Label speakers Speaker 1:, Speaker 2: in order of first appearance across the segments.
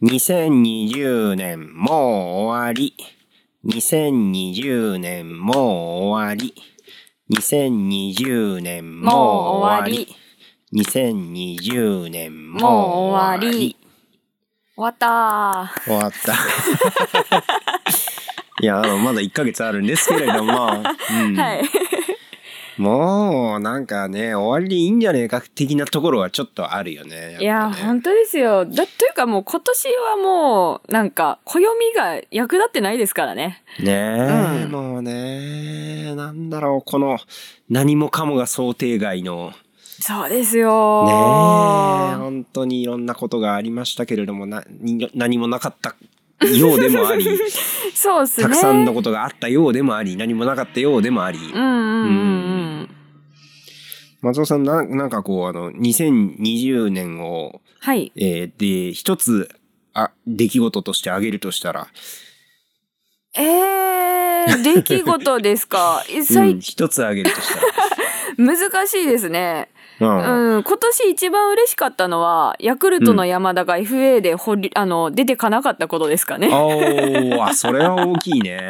Speaker 1: 2020年もう終わり。2020年もう終わり。2020年もう終わり。2020年もう終わり。
Speaker 2: 終わった
Speaker 1: 終わった。 いや、あの、まだ1ヶ月あるんですけれども、うん
Speaker 2: ー。はい。
Speaker 1: もう、なんかね、終わりでいいんじゃねえか的なところはちょっとあるよね。
Speaker 2: いや、
Speaker 1: っぱね
Speaker 2: 本当ですよ。だ、というかもう今年はもう、なんか、暦が役立ってないですからね。
Speaker 1: ねえ、
Speaker 2: うん
Speaker 1: もうねなんだろう、この、何もかもが想定外の、
Speaker 2: そうです
Speaker 1: ねえ
Speaker 2: よー。
Speaker 1: 本当にいろんなことがありましたけれども、なに何もなかったようでもあ り、
Speaker 2: そうですね。
Speaker 1: たくさんのことがあったようでもあり、何もなかったようでもあり、
Speaker 2: うんうんうんうん。
Speaker 1: 松尾さん、ななんかこう、あの、2020年を、
Speaker 2: はい。
Speaker 1: えーで、一つ、あ、出来事として挙げるとしたら、
Speaker 2: えー、出来事ですか。え
Speaker 1: う
Speaker 2: 最
Speaker 1: ん、一つ挙げるとした
Speaker 2: 難しいですね。
Speaker 1: ら。うん。
Speaker 2: うん、今年一番嬉しかったのは、ヤクルトの山田が FA で掘り、あの、出てかなかったことですかね。
Speaker 1: おーあ、それは大きい ね。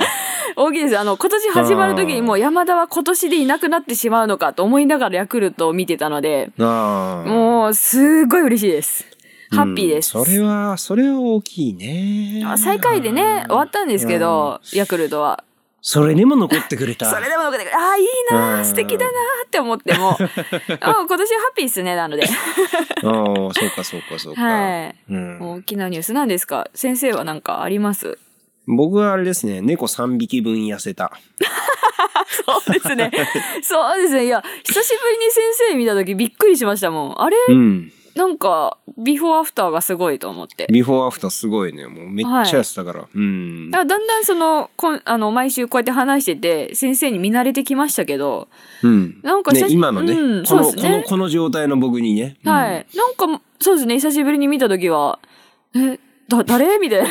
Speaker 2: 大きいです。あの、今年始まる時にもう山田は今年でいなくなってしまうのかと思いながらヤクルトを見てたので、
Speaker 1: ああ。
Speaker 2: もう、すごい嬉しいです。ハッピーです。
Speaker 1: うんそれは、それは大きいね。
Speaker 2: あ最下位でね、終わったんですけど、ヤクルトは。
Speaker 1: それでも残ってくれた。
Speaker 2: そ れでも残ってくるああ、いいな
Speaker 1: う
Speaker 2: あ
Speaker 1: ん
Speaker 2: 素敵だなあって思って も、あ今年ハッピーですね、なので。
Speaker 1: ああ、そうかそうかそうか。
Speaker 2: はい。
Speaker 1: うん、
Speaker 2: 大きなニュースなんですか先生はなんかあります
Speaker 1: 僕はあれですね、猫3匹分痩せた。
Speaker 2: そうですね。 そうですね。いや、久しぶりに先生見た時びっくりしましたもん。あれ
Speaker 1: うん。
Speaker 2: なんか、ビフォーアフターがすごいと思って。
Speaker 1: ビフォーアフターすごいね。もうめっちゃ痩せたから。うん。
Speaker 2: だだんだんその、こんあの、毎週こうやって話してて、先生に見慣れてきましたけど、
Speaker 1: うん。
Speaker 2: なんか
Speaker 1: ね
Speaker 2: 写、真
Speaker 1: 今のね、
Speaker 2: うん
Speaker 1: こ
Speaker 2: そ
Speaker 1: の、
Speaker 2: うで
Speaker 1: こ
Speaker 2: すね
Speaker 1: の、この状態の僕にね。うん
Speaker 2: はい。なんか、そうですね。久しぶりに見た時は、え、だ、誰みたいな。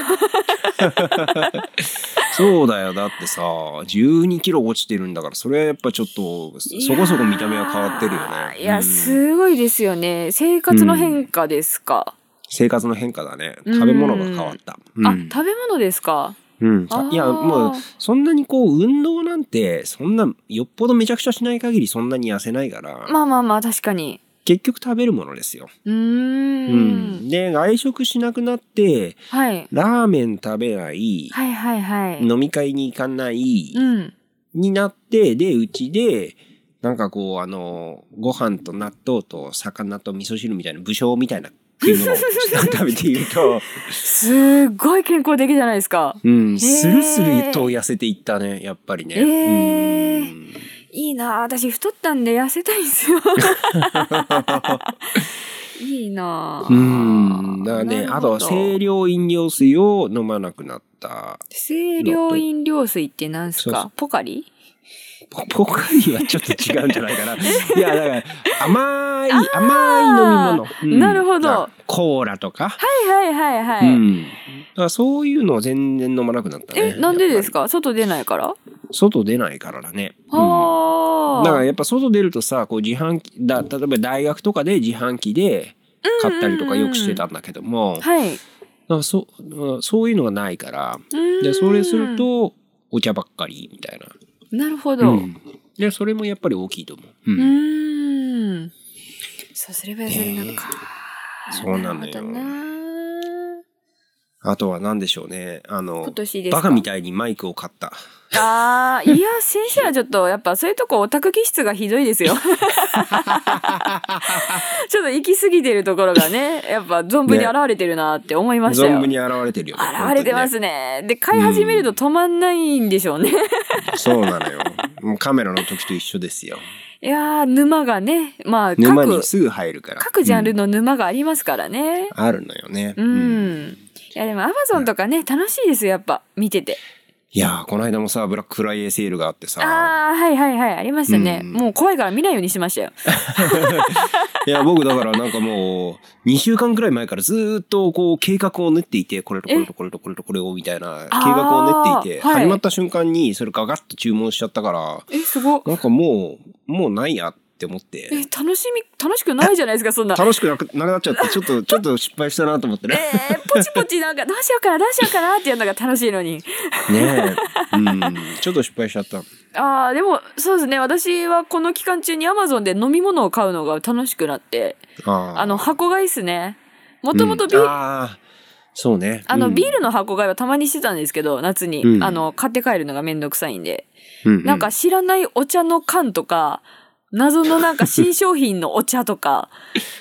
Speaker 1: そうだよ。だってさ、12キロ落ちてるんだから、それはやっぱちょっと、 そこそこ見た目は変わってるよね。
Speaker 2: い
Speaker 1: う
Speaker 2: やー、
Speaker 1: ん
Speaker 2: すごいですよね。生活の変化ですか。
Speaker 1: 生活の変化だね。
Speaker 2: うん
Speaker 1: 食べ物が変わった。うん
Speaker 2: あ、食べ物ですか。
Speaker 1: うん
Speaker 2: あー
Speaker 1: いや、もう、そんなにこう、運動なんて、そんな、よっぽどめちゃくちゃしない限りそんなに痩せないから、
Speaker 2: まあまあまあ、確かに。
Speaker 1: 結局食べるものですよ。
Speaker 2: うー。
Speaker 1: うんん。で、外食しなくなって、
Speaker 2: はい。
Speaker 1: ラーメン食べない、
Speaker 2: はいはいはい。
Speaker 1: 飲み会に行かない、
Speaker 2: うん。
Speaker 1: になって、で、うちで、なんかこう、あの、ご飯と納豆と魚と味噌汁みたいな、武将みたいな食い物を食べている と、
Speaker 2: すっごい健康的じゃないですか。
Speaker 1: うん、スルスルと痩せていったね、やっぱりね。
Speaker 2: へー
Speaker 1: うん
Speaker 2: いいなあ私太ったんで痩せたいんで すよ。いいなあ
Speaker 1: うん。だからね、
Speaker 2: な
Speaker 1: あ
Speaker 2: るほ
Speaker 1: と、
Speaker 2: ど
Speaker 1: 清涼飲料水を飲まなくなった。
Speaker 2: 清涼飲料水って何すか
Speaker 1: そうそう
Speaker 2: ポカリ
Speaker 1: ポポカリはちょっと違うんじゃないかな。いや、だから、甘い、甘い飲み物。うん
Speaker 2: なるほど。
Speaker 1: だからコーラとか。
Speaker 2: はいはいはいはい。
Speaker 1: うん。だからそういうのを全然飲まなくなったね。
Speaker 2: え、なんでです
Speaker 1: か
Speaker 2: か外出ないから、
Speaker 1: 外出ないからだね。うん
Speaker 2: はあ。
Speaker 1: だからやっぱ外出るとさ、こう自販機、だ例えば大学とかで自販機で買ったりとかよくしてたんだけども、だか
Speaker 2: はい。
Speaker 1: らそうんそういうのがないから、
Speaker 2: う
Speaker 1: で
Speaker 2: ん
Speaker 1: それする。とお茶ばっかりみたいな。
Speaker 2: なるほど。
Speaker 1: う
Speaker 2: う。
Speaker 1: んんで、それもやっぱり大きいと思う。うん
Speaker 2: んそうすれば痩せるのか。
Speaker 1: そうなのよ
Speaker 2: るほどな
Speaker 1: あとは何でしょうね。あの
Speaker 2: 今、年ですか
Speaker 1: バカみたいにマイクを買った。
Speaker 2: ああ、いや、先生はちょっと、やっぱそういうとこオタク気質がひどいで すよ。ちょっと行き過ぎてるところがね、やっぱ存分に現れてるなって思いましたよ。
Speaker 1: 存分に現れてるよね。
Speaker 2: 現れてま
Speaker 1: 本
Speaker 2: すね。で、買い始めると止まんないんでしょうね。
Speaker 1: 当にね。そうなのよ。もうカメラの時と一緒ですよ。
Speaker 2: いやー、沼がね、まあ、
Speaker 1: 沼
Speaker 2: 各
Speaker 1: に、すぐ入るから。
Speaker 2: 各ジャンル
Speaker 1: うん
Speaker 2: の沼がありますからね。
Speaker 1: あるのよね。
Speaker 2: うん。いや、でもアマゾンとかね、楽しいですよ、やっぱ、見てて。
Speaker 1: いやーこの間もさブラックフライエーセールがあってさ
Speaker 2: ああー、はいはいはい、ありましたね。
Speaker 1: うん
Speaker 2: もう怖いから見ないようにしましたよ。
Speaker 1: いや僕だからなんかもう2週間くらい前からずーっとこう計画を練っていてこれとこれとこれとこれとこれをみたいな計画を練っていて
Speaker 2: あーはい
Speaker 1: 始まった瞬間にそれガガッと注文しちゃったから
Speaker 2: え、すごっ。
Speaker 1: なんかもうもうないやっって思って。
Speaker 2: え、楽しみ、楽しくないじゃないですか、そんな。
Speaker 1: 楽しくなくなくなっちゃって、ちょっと、ちょっと失敗したなと思ってね。
Speaker 2: えー、ポチポチなんか、どうしようかな、どうしようかなってやるのが楽しいのに。
Speaker 1: ねえ。うん。ちょっと失敗しちゃった。
Speaker 2: ああ、でも、そうですね。私はこの期間中に Amazon で飲み物を買うのが楽しくなって、
Speaker 1: あ
Speaker 2: あの、箱買いですね。もともとビ、
Speaker 1: うんあーそうね。
Speaker 2: あの、ビー
Speaker 1: ル、
Speaker 2: ルの箱買いはたまにしてたんですけど、夏に。
Speaker 1: うん
Speaker 2: あの、買って帰るのがめんどくさいんで。
Speaker 1: うう
Speaker 2: なんか、知らないお茶の缶とか、謎のなんか新商品のお茶 とか、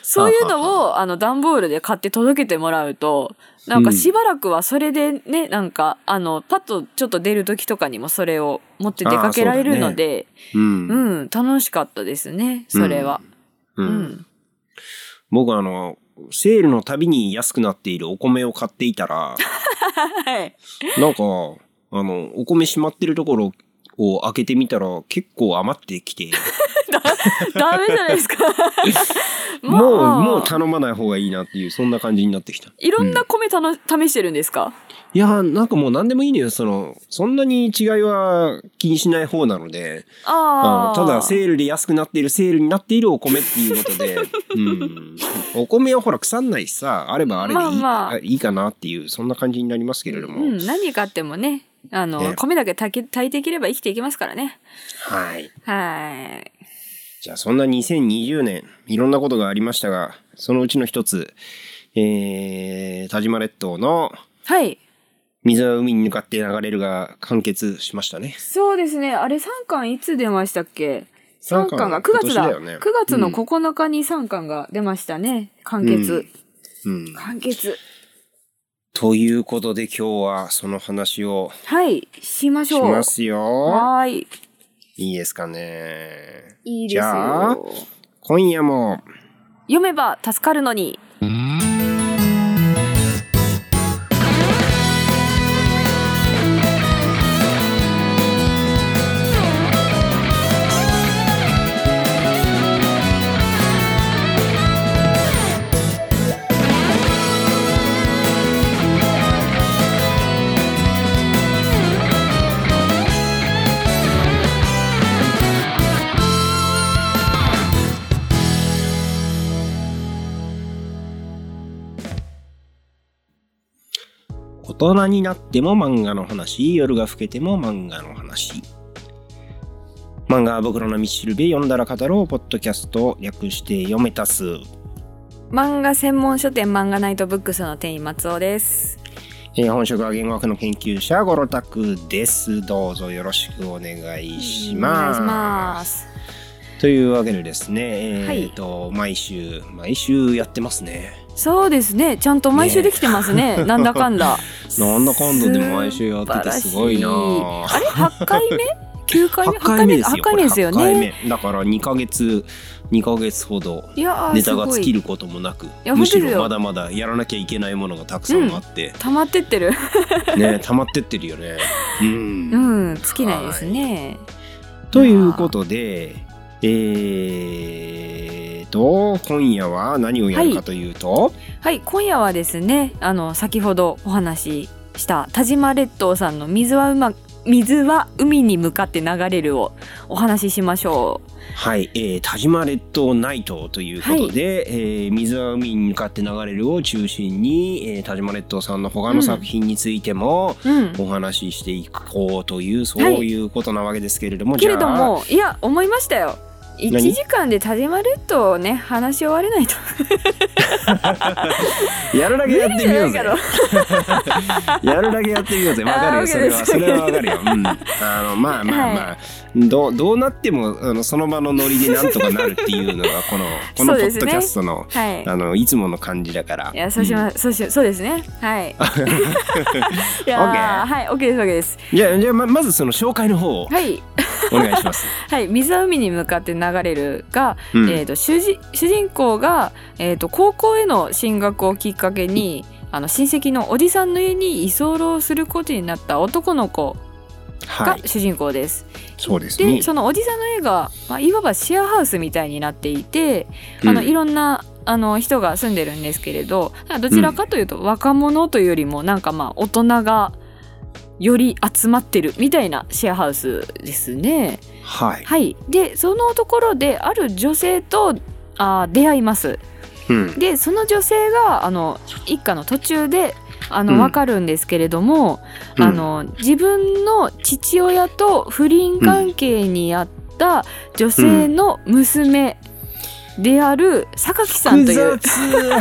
Speaker 2: そういうのを、あの、段ボールで買って届けてもらうと、なんかしばらくはそれでね、なんか、あの、パッとちょっと出る時とかにもそれを持って出かけられるので、
Speaker 1: うん。うん。
Speaker 2: うん、楽しかったですね、それは。
Speaker 1: う
Speaker 2: うん。
Speaker 1: ん。僕あの、セールのたびに安くなっているお米を買っていたら、
Speaker 2: はい。
Speaker 1: なんか、あの、お米しまってるところを開けてみたら結構余ってき て、
Speaker 2: ダメじゃな いですか。
Speaker 1: もう、もう頼まない方がいいなっていう、そんな感じになってきた。
Speaker 2: いろん
Speaker 1: う
Speaker 2: な米たの、試してるんですか
Speaker 1: いやー、なんかもう何でもいいのよ。その、そんなに違いは気にしない方なので、
Speaker 2: あ
Speaker 1: あの
Speaker 2: あ。
Speaker 1: ただセールで安くなっている、セールになっているお米っていうこと で、うん。お米はほら腐んないしさ、あればあれでいい,あ、
Speaker 2: まあまあ
Speaker 1: いいかなっていう、そんな感じになりますけれども。
Speaker 2: うん、何買ってもね、あの、
Speaker 1: ね
Speaker 2: 米だけ炊け炊いていければ生きていけますからね。
Speaker 1: はい。
Speaker 2: はい。
Speaker 1: じゃあそんな2020年いろんなことがありましたがそのうちの一つ、えー、田島列島の
Speaker 2: はい。
Speaker 1: 水は海に向かって流れるが完結しましたね。
Speaker 2: そうですね。あれ、3巻いつ出ましたっけ
Speaker 1: 三
Speaker 2: 三
Speaker 1: 巻
Speaker 2: 巻が、9月だ。
Speaker 1: 今年だよね
Speaker 2: 9月
Speaker 1: う
Speaker 2: の
Speaker 1: ん
Speaker 2: 9日に3巻が出ましたね。完結。
Speaker 1: うん、
Speaker 2: 完結。
Speaker 1: ということで今日はその話を
Speaker 2: はい。しまし
Speaker 1: し
Speaker 2: ょう。
Speaker 1: ますよ。
Speaker 2: はーい。
Speaker 1: いいですかね。
Speaker 2: いいです
Speaker 1: じ
Speaker 2: よ。
Speaker 1: ゃあ今夜も
Speaker 2: 読めば助かるのに。
Speaker 1: 大人になっても漫画の話夜が更けても漫画の話漫画は僕らの道しるべ読んだら語ろうポッドキャスト略して読めたす
Speaker 2: 漫画専門書店漫画ナイトブックスの店員松尾です。
Speaker 1: えー本職は言語学の研究者ゴロタクですどうぞよろしくお願いします
Speaker 2: お願いします。
Speaker 1: というわけでですねえ
Speaker 2: はい
Speaker 1: ーと、毎週毎週やってますね
Speaker 2: そうですね。ちゃんと毎週できてますね。なんだかんだ。
Speaker 1: なんだかんだでも毎週やっててすごいな
Speaker 2: 素晴らしいあれ八回 目？九回目？
Speaker 1: 8回目ですよ
Speaker 2: 八回目ですよ
Speaker 1: これ八
Speaker 2: ね。
Speaker 1: 回目だから2ヶ月2ヶ月ほど
Speaker 2: いやー
Speaker 1: ネタが
Speaker 2: すご
Speaker 1: 尽
Speaker 2: い
Speaker 1: きることもなく
Speaker 2: や
Speaker 1: むし
Speaker 2: 本当です
Speaker 1: ろ
Speaker 2: よ
Speaker 1: まだまだやらなきゃいけないものがたくさんあって、
Speaker 2: 溜まってってる。
Speaker 1: ね溜まってってるよね。うん
Speaker 2: うん。尽きないですね。
Speaker 1: ということでえーと今夜は何をやるかというと、
Speaker 2: はい。今夜はですね。あの先ほどお話しした田島列島さんの水はうま水は海に向かって流れるをお話ししましょう。
Speaker 1: はいえー田島列島ナイト」ということで、えー水は海に向かって流れる」を中心に、えー田島列島さんの他の作品についても、
Speaker 2: うん。
Speaker 1: お話ししていこうというそう
Speaker 2: はい
Speaker 1: いうことなわけですけれども、
Speaker 2: けれど
Speaker 1: じゃあ
Speaker 2: もいや思いましたよ1
Speaker 1: 何
Speaker 2: 時間で田島列島をね話し終われないと
Speaker 1: やるだけやってみようぜ
Speaker 2: 無理じゃない。
Speaker 1: やるだけやってみようぜ。わかる
Speaker 2: あ
Speaker 1: よ。
Speaker 2: ー
Speaker 1: それは、
Speaker 2: わ
Speaker 1: そ
Speaker 2: かりました
Speaker 1: れはわかるよ。うん。あの、まあまあまあ、どう、どうなっても、あの、その場のノリでなんとかなるっていうのが、この、 このポ
Speaker 2: そうで
Speaker 1: ッ
Speaker 2: す
Speaker 1: ド
Speaker 2: ね
Speaker 1: キャストの、
Speaker 2: はい
Speaker 1: あの、いつもの感じだから。
Speaker 2: いやそうし
Speaker 1: うん
Speaker 2: ま、そうしそうですね はいいやーはい OK です OK です
Speaker 1: じゃあ、じゃあ、ま、まずその紹介の方を
Speaker 2: はい
Speaker 1: お願いし ます。
Speaker 2: はい水は海に向かって流れるが、
Speaker 1: うん
Speaker 2: えー、と主人主人公が、えー、と高校への進学をきっかけにあの親戚のおじさんの家に居候することになった男の子
Speaker 1: は
Speaker 2: が
Speaker 1: い。
Speaker 2: 主人公です、
Speaker 1: そうですね
Speaker 2: で。そのおじさんの家が、まあ、いわばシェアハウスみたいになっていてあの、
Speaker 1: うん
Speaker 2: いろんなあの人が住んでるんですけれどどちらかというと若者というよりもなんかまあ大人がより集まってるみたいなシェアハウスですね。
Speaker 1: はい。
Speaker 2: はい、でそのところである女性とあー出会います
Speaker 1: うん。
Speaker 2: でその女性があの一家の途中であ
Speaker 1: う
Speaker 2: の
Speaker 1: ん
Speaker 2: 分かるんですけれども、あの自分の父親と不倫関係にあった女性の娘である榊さんという、
Speaker 1: 複雑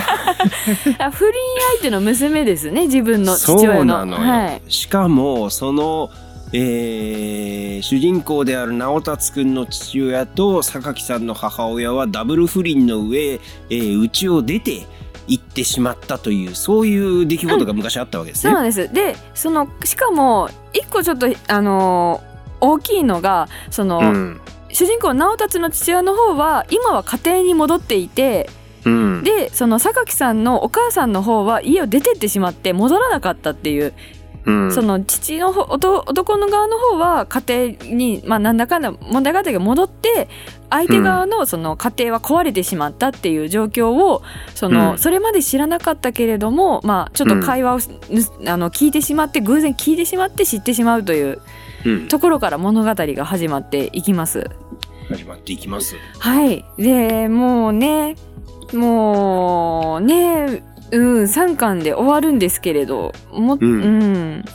Speaker 2: あ不倫相手の娘ですね自分の父
Speaker 1: そ
Speaker 2: 親
Speaker 1: うな
Speaker 2: の。
Speaker 1: のよ、
Speaker 2: はい
Speaker 1: しかもその、えー主人公である直達くんの父親と榊さんの母親はダブル不倫の上うち、家を出て行ってしまったというそういう出来事が昔あったわけです
Speaker 2: そう
Speaker 1: ね。
Speaker 2: なんです。で、そのしかも一個ちょっとあのー大きいのがその、
Speaker 1: うん
Speaker 2: 主人公直達の父親の方は今は家庭に戻っていて、
Speaker 1: うん
Speaker 2: でその榊さんのお母さんの方は家を出てってしまって戻らなかったっていう、
Speaker 1: うん
Speaker 2: その父の方男男の側の方は家庭にまあ何らかの問題があったけど戻って相手側のその家庭は壊れてしまったっていう状況をその、
Speaker 1: うん
Speaker 2: それまで知らなかったけれどもまあちょっと会話を、ぬあの聞いてしまって偶然聞いてしまって知ってしまうという
Speaker 1: うん
Speaker 2: ところから物語が始まっていきます。
Speaker 1: 始まっていきます。
Speaker 2: はい。で、もうね、もうね、うん、3巻で終わるんですけれど、も、う
Speaker 1: うん
Speaker 2: ん、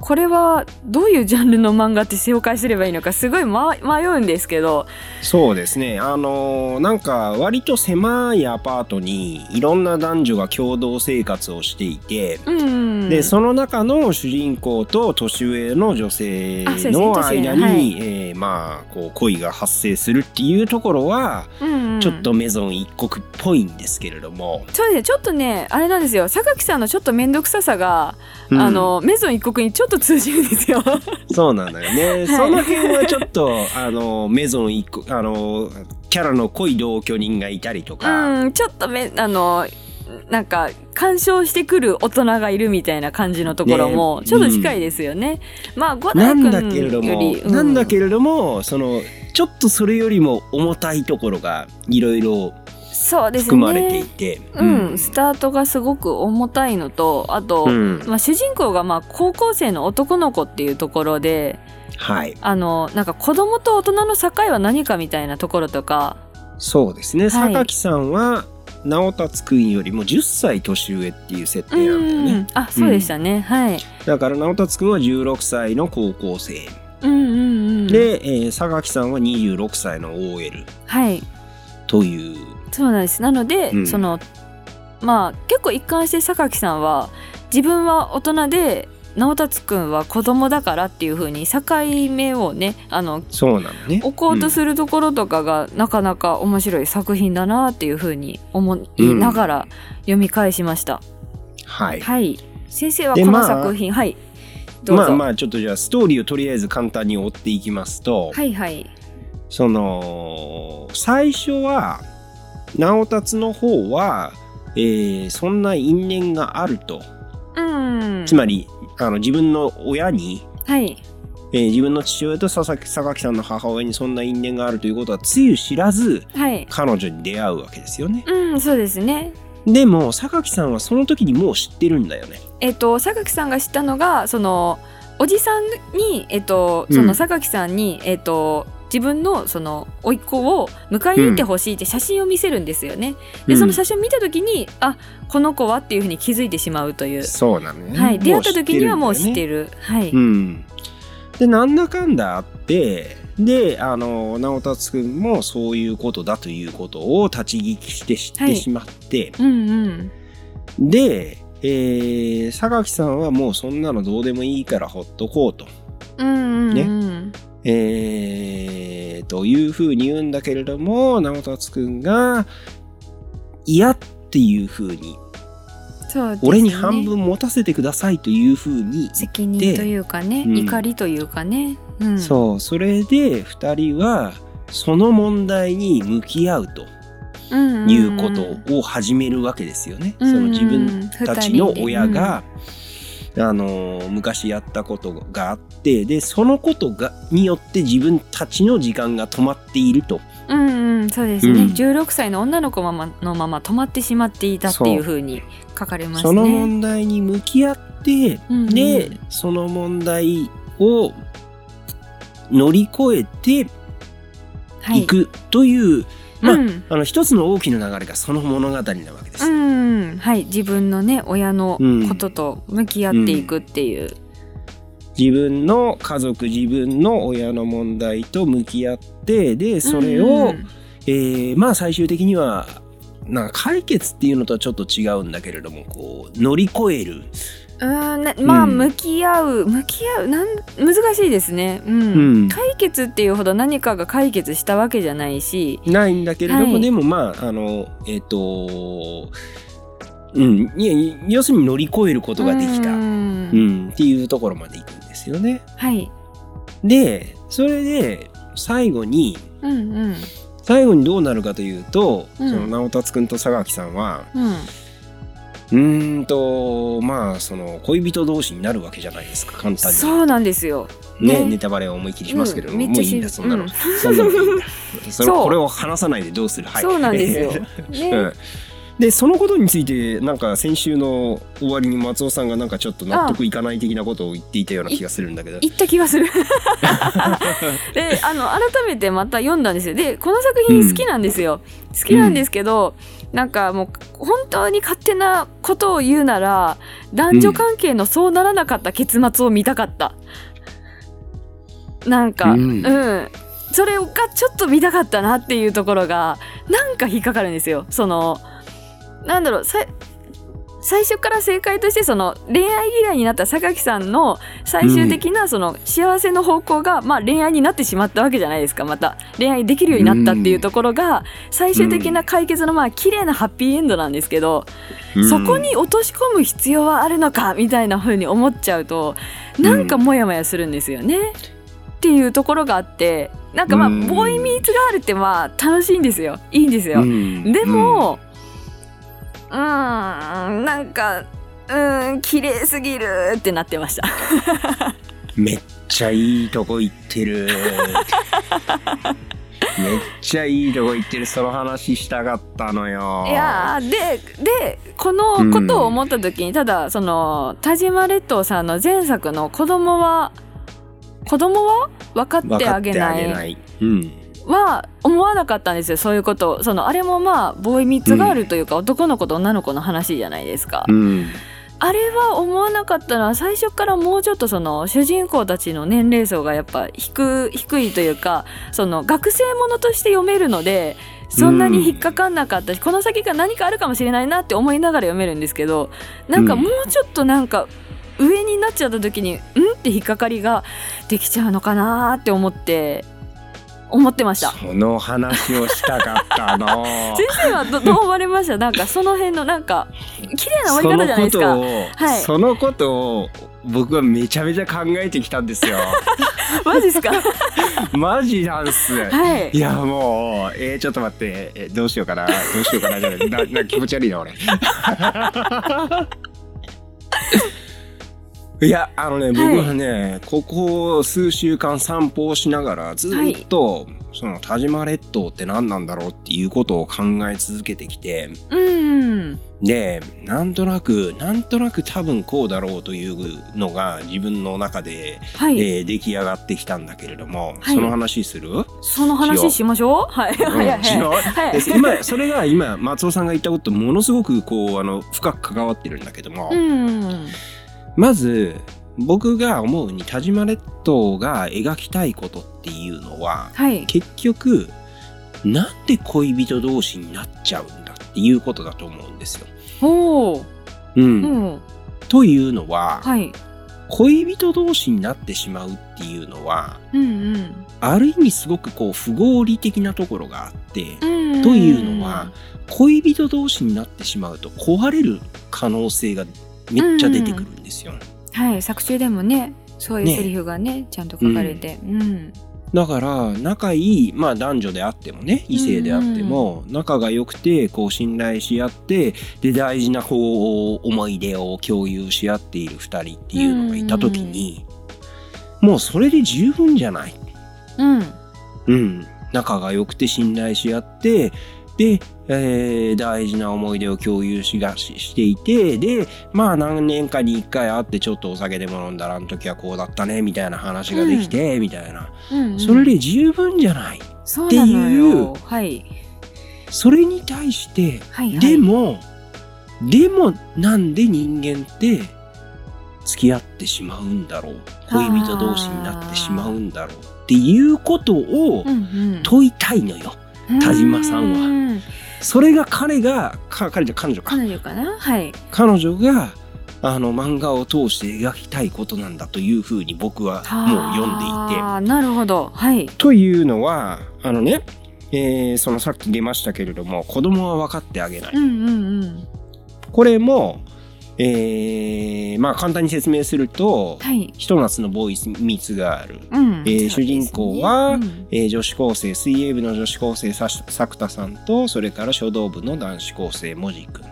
Speaker 2: これはどういうジャンルの漫画って紹介すればいいのかすごい、ま、迷うんですけど、
Speaker 1: そうですねあのーなんか割と狭いアパートにいろんな男女が共同生活をしていて、
Speaker 2: うん。
Speaker 1: でその中の主人公と年上の女性
Speaker 2: あそうですね
Speaker 1: の
Speaker 2: 年上
Speaker 1: 間
Speaker 2: の
Speaker 1: に、
Speaker 2: はい
Speaker 1: えーまあこう恋が発生するっていうところは、
Speaker 2: うんうん
Speaker 1: ちょっとメゾン一国っぽいんですけれども、
Speaker 2: そうですね、ちょっとねあれなんですよ榊さんのちょっと面倒くささが、
Speaker 1: うん
Speaker 2: あのメゾン一国にちょっと通じるんですよ。
Speaker 1: そうなんだよね、
Speaker 2: い
Speaker 1: その辺はちょっとあのメゾン一国あのキャラの濃い同居人がいたりとか、
Speaker 2: うん、ちょっとめあのなんか干渉してくる大人がいるみたいな感じのところも、
Speaker 1: ね
Speaker 2: ちょっと近いですよね。まあ五
Speaker 1: な
Speaker 2: 代
Speaker 1: ん
Speaker 2: 君
Speaker 1: だけれど
Speaker 2: よ
Speaker 1: も、
Speaker 2: り、う
Speaker 1: なんだけれどもそのちょっとそれよりも重たいところがいろいろ
Speaker 2: そうですね。
Speaker 1: 含まれていて、
Speaker 2: うん、スタートがすごく重たいのとあと、
Speaker 1: うん
Speaker 2: まあ、主人公がまあ高校生の男の子っていうところで
Speaker 1: はい
Speaker 2: あのなんか子供と大人の境は何かみたいなところとか
Speaker 1: そうですね、
Speaker 2: はい
Speaker 1: 榊さんは直達くんよりも10歳年上っていう設定なんだよね、
Speaker 2: うんあそうでしたね、はい。
Speaker 1: だから直達くんは16歳の高校生、
Speaker 2: うんうんうん、
Speaker 1: で、えー榊さんは26歳の OL
Speaker 2: はい、
Speaker 1: という
Speaker 2: そうなんですなので、
Speaker 1: うん
Speaker 2: そのまあ結構一貫して榊さんは自分は大人で直達くんは子供だからっていう風に境目をねあの
Speaker 1: そうなのね
Speaker 2: 置こうとするところとかが、なかなか面白い作品だなっていう風に思いながら読み返しました、
Speaker 1: うんはい、
Speaker 2: はい先生は
Speaker 1: で
Speaker 2: この
Speaker 1: まあ
Speaker 2: 作品、はいどうぞ、
Speaker 1: まあまあちょっとじゃあストーリーをとりあえず簡単に追っていきますと、
Speaker 2: はいはい
Speaker 1: その最初は直達の方は、えーそんな因縁があると、
Speaker 2: うん
Speaker 1: つまりあの自分の親に
Speaker 2: はい
Speaker 1: えー自分の父親と佐々木榊さんの母親にそんな因縁があるということはつゆ知らず
Speaker 2: はい
Speaker 1: 彼女に出会うわけですよね
Speaker 2: うんそうですね
Speaker 1: でも榊さんはその時にもう知ってるんだよね
Speaker 2: えっと榊さんが知ったのがそのおじさんにえっと
Speaker 1: うん
Speaker 2: その榊さんに、えっと自分のその甥っ子を迎えに行ってほしいって写真を見せるんですよね。でその写真を見た時に、あこの子はっていうふうに気づいてしまうという。
Speaker 1: そうなのね
Speaker 2: はい、出会った時にはもう知って
Speaker 1: る
Speaker 2: る。はい、
Speaker 1: うんでなんだかんだあってであの直達くんもそういうことだということを立ち聞きして知っ
Speaker 2: は
Speaker 1: て
Speaker 2: い
Speaker 1: しまって、
Speaker 2: うんうん。
Speaker 1: で、えー、榊さんはもうそんなのどうでもいいからほっとこうと
Speaker 2: うんうんうん。
Speaker 1: えー、というふうに言うんだけれども直達くんが嫌っていうふうに、
Speaker 2: そうですね
Speaker 1: 俺に半分持たせてくださいというふうに、
Speaker 2: 責任というかね、
Speaker 1: うん
Speaker 2: 怒りというかね。うん、
Speaker 1: そうそれで2人はその問題に向き合うと
Speaker 2: うんうんうん。
Speaker 1: いうことを始めるわけですよね。
Speaker 2: うんうん
Speaker 1: その自分たちの親、
Speaker 2: 二人
Speaker 1: が、あのー昔やったことがあってでそのことがによって自分たちの時間が止まっていると。
Speaker 2: でうんうん、そうですね、
Speaker 1: うん
Speaker 2: 16歳の女の子ままのまま止まってしまっていたっていうふうに書かれますね。
Speaker 1: その問題に向き合って、
Speaker 2: うんうん
Speaker 1: でその問題を乗り越えて
Speaker 2: はい
Speaker 1: いくという、まあ
Speaker 2: うん
Speaker 1: あの一つの大きな流れがその物語なわけです。
Speaker 2: うんはい自分のね親の
Speaker 1: うん
Speaker 2: ことと向き合っていくっていう、
Speaker 1: 自分の家族自分の親の問題と向き合ってでそれを、
Speaker 2: うん
Speaker 1: えーまあ最終的にはなんか解決っていうのとはちょっと違うんだけれどもこう乗り越える、
Speaker 2: うんねまあ
Speaker 1: うん
Speaker 2: 向き合う向き合うなん難しいですね、うん
Speaker 1: うん
Speaker 2: 解決っていうほど何かが解決したわけじゃないし、
Speaker 1: ないんだけれども、
Speaker 2: はい
Speaker 1: でもまああのえっ、とうんいやい要するに乗り越えることができた、
Speaker 2: う
Speaker 1: うん
Speaker 2: ん
Speaker 1: っていうところまでいくんですよね。
Speaker 2: はい
Speaker 1: でそれで最後に
Speaker 2: うんうん
Speaker 1: 最後にどうなるかというと、
Speaker 2: うん
Speaker 1: その直達君と佐川木さんは
Speaker 2: うん
Speaker 1: うーんとまあその恋人同士になるわけじゃないですか簡単に
Speaker 2: そうなんですよ
Speaker 1: ね
Speaker 2: ね
Speaker 1: ネタバレを思い切りしますけれども、
Speaker 2: うんめっ
Speaker 1: もう
Speaker 2: ちゃ
Speaker 1: いいんだ
Speaker 2: し
Speaker 1: そんなの、
Speaker 2: うん
Speaker 1: そんなのいいんだそれ
Speaker 2: そう
Speaker 1: これを話さないでどうするはい
Speaker 2: そうなんです よね、
Speaker 1: うんでそのことについてなんか先週の終わりに松尾さんがなんかちょっと納得いかない的なことを言っていたような気がするんだけど
Speaker 2: 言った気がする であの改めてまた読んだんですよでこの作品好きなんですよ、好きなんですけど、なんかもう本当に勝手なことを言うなら男女関係のそうならなかった結末を見たかった、なんか
Speaker 1: う
Speaker 2: うんん、それがちょっと見たかったなっていうところがなんか引っかかるんですよそのなんだろうさ最初から正解としてその恋愛嫌いになった榊さんの最終的なその幸せの方向が、まあ恋愛になってしまったわけじゃないですかまた恋愛できるようになったっていうところが最終的な解決のまあ綺麗なハッピーエンドなんですけど、
Speaker 1: うん
Speaker 2: そこに落とし込む必要はあるのかみたいな風に思っちゃうとなんかモヤモヤするんですよね、っていうところがあってなんかまあ、
Speaker 1: うん
Speaker 2: ボーイミーツガールってまあ楽しいんですよいいんですよ。
Speaker 1: うん
Speaker 2: でも、うーん、なんか、うーん、綺麗すぎるってなってました。
Speaker 1: うんめっちゃいいとこ行って るめっちゃいいとこ行ってるその話したかったのよ
Speaker 2: いやーで、で、このことを思った時に、ただ、その、田島列島さんの前作の子供は、子供は分かってあげない
Speaker 1: い。うん。
Speaker 2: は思わなかったんですよそういうことをそのあれもまあボーイミーツガールというか、男の子と女の子の話じゃないですか、
Speaker 1: うん。
Speaker 2: あれは思わなかったのは最初からもうちょっとその主人公たちの年齢層がやっぱ低低いというかその学生ものとして読めるのでそんなに引っかかんなかったし、この先が何かあるかもしれないなって思いながら読めるんですけどなんか
Speaker 1: うん
Speaker 2: もうちょっとなんか上になっちゃった時にうんって引っかかりができちゃうのかなーって思って思ってました。
Speaker 1: その話をしたかった の。
Speaker 2: 先生はどどう思われましたなんかその辺のなんか綺麗な終
Speaker 1: そ
Speaker 2: わり方
Speaker 1: の
Speaker 2: じゃない
Speaker 1: こ
Speaker 2: ですか
Speaker 1: とを、
Speaker 2: はい
Speaker 1: そのことを僕はめちゃめちゃ考えてきたんですよ。
Speaker 2: マジですかは
Speaker 1: マジなんす。
Speaker 2: い
Speaker 1: いやもう、えー、ちょっと待って、えどうしようかな、どうしようかなじゃない、 なな気持ち悪いな俺。 いやあのね僕はね、ここ数週間散歩をしながらずっと、その田島列島って何なんだろうっていうことを考え続けてきて
Speaker 2: うん
Speaker 1: でなんとなくなんとなく多分こうだろうというのが自分の中で、
Speaker 2: はい、
Speaker 1: えー出来上がってきたんだけれども、
Speaker 2: はい
Speaker 1: その話する、
Speaker 2: その話しましょう。はい、はい、は
Speaker 1: う
Speaker 2: い
Speaker 1: んしろ
Speaker 2: はい。
Speaker 1: で今それが今松尾さんが言ったこととものすごくこうあの深く関わってるんだけども、
Speaker 2: うん、
Speaker 1: まず僕が思うに田島列島が描きたいことっていうのは
Speaker 2: はい、
Speaker 1: 結局なんで恋人同士になっちゃうんだっていうことだと思うんですよ。
Speaker 2: おお、
Speaker 1: うん
Speaker 2: うん、
Speaker 1: というのは、
Speaker 2: はい、
Speaker 1: 恋人同士になってしまうっていうのは
Speaker 2: うん、うん、
Speaker 1: ある意味すごくこう不合理的なところがあって。
Speaker 2: うん、
Speaker 1: というのは、恋人同士になってしまうと壊れる可能性がめっちゃ出てくるんですよ、
Speaker 2: はい、作中でもね、そういう
Speaker 1: ね
Speaker 2: セリフがね、ちゃんと書かれて、うん、
Speaker 1: だから仲いい、まあ、男女であってもね異性であっても仲が良くてこう信頼し合ってで大事なこう思い出を共有し合っている2人っていうのがいた時にもうそれで十分じゃない
Speaker 2: うん、
Speaker 1: うん、仲が良くて信頼し合ってで、ええー大事な思い出を共有しがししていてでまあ何年かに1回会ってちょっとお酒でも飲んだらあの時はこうだったねみたいな話ができて、みたいな
Speaker 2: うんうん
Speaker 1: それで十分じゃない
Speaker 2: そうなのよ
Speaker 1: って
Speaker 2: はい
Speaker 1: それに対して
Speaker 2: はいはい
Speaker 1: でもでもなんで人間って付き合ってしまうんだろう恋人同士になってしまうんだろうっていうことを
Speaker 2: うんうん
Speaker 1: 問いたいのよ。田島さんは
Speaker 2: は
Speaker 1: それが彼がか彼女彼女か
Speaker 2: 彼女かなはい
Speaker 1: 彼女があの漫画を通して描きたいことなんだというふうに僕はもう読んでいて。
Speaker 2: あーなるほどはい
Speaker 1: というのはあのね、えーそのさっき出ましたけれども子供は分かってあげない。
Speaker 2: うんうんうん
Speaker 1: これも、えーまあ簡単に説明すると、
Speaker 2: はい
Speaker 1: ひと夏のボーイズミーツガール、
Speaker 2: うん
Speaker 1: えー主人公は
Speaker 2: うん
Speaker 1: えー女子高生水泳部の女子高生さ作田さんとそれから書道部の男子高生もじくん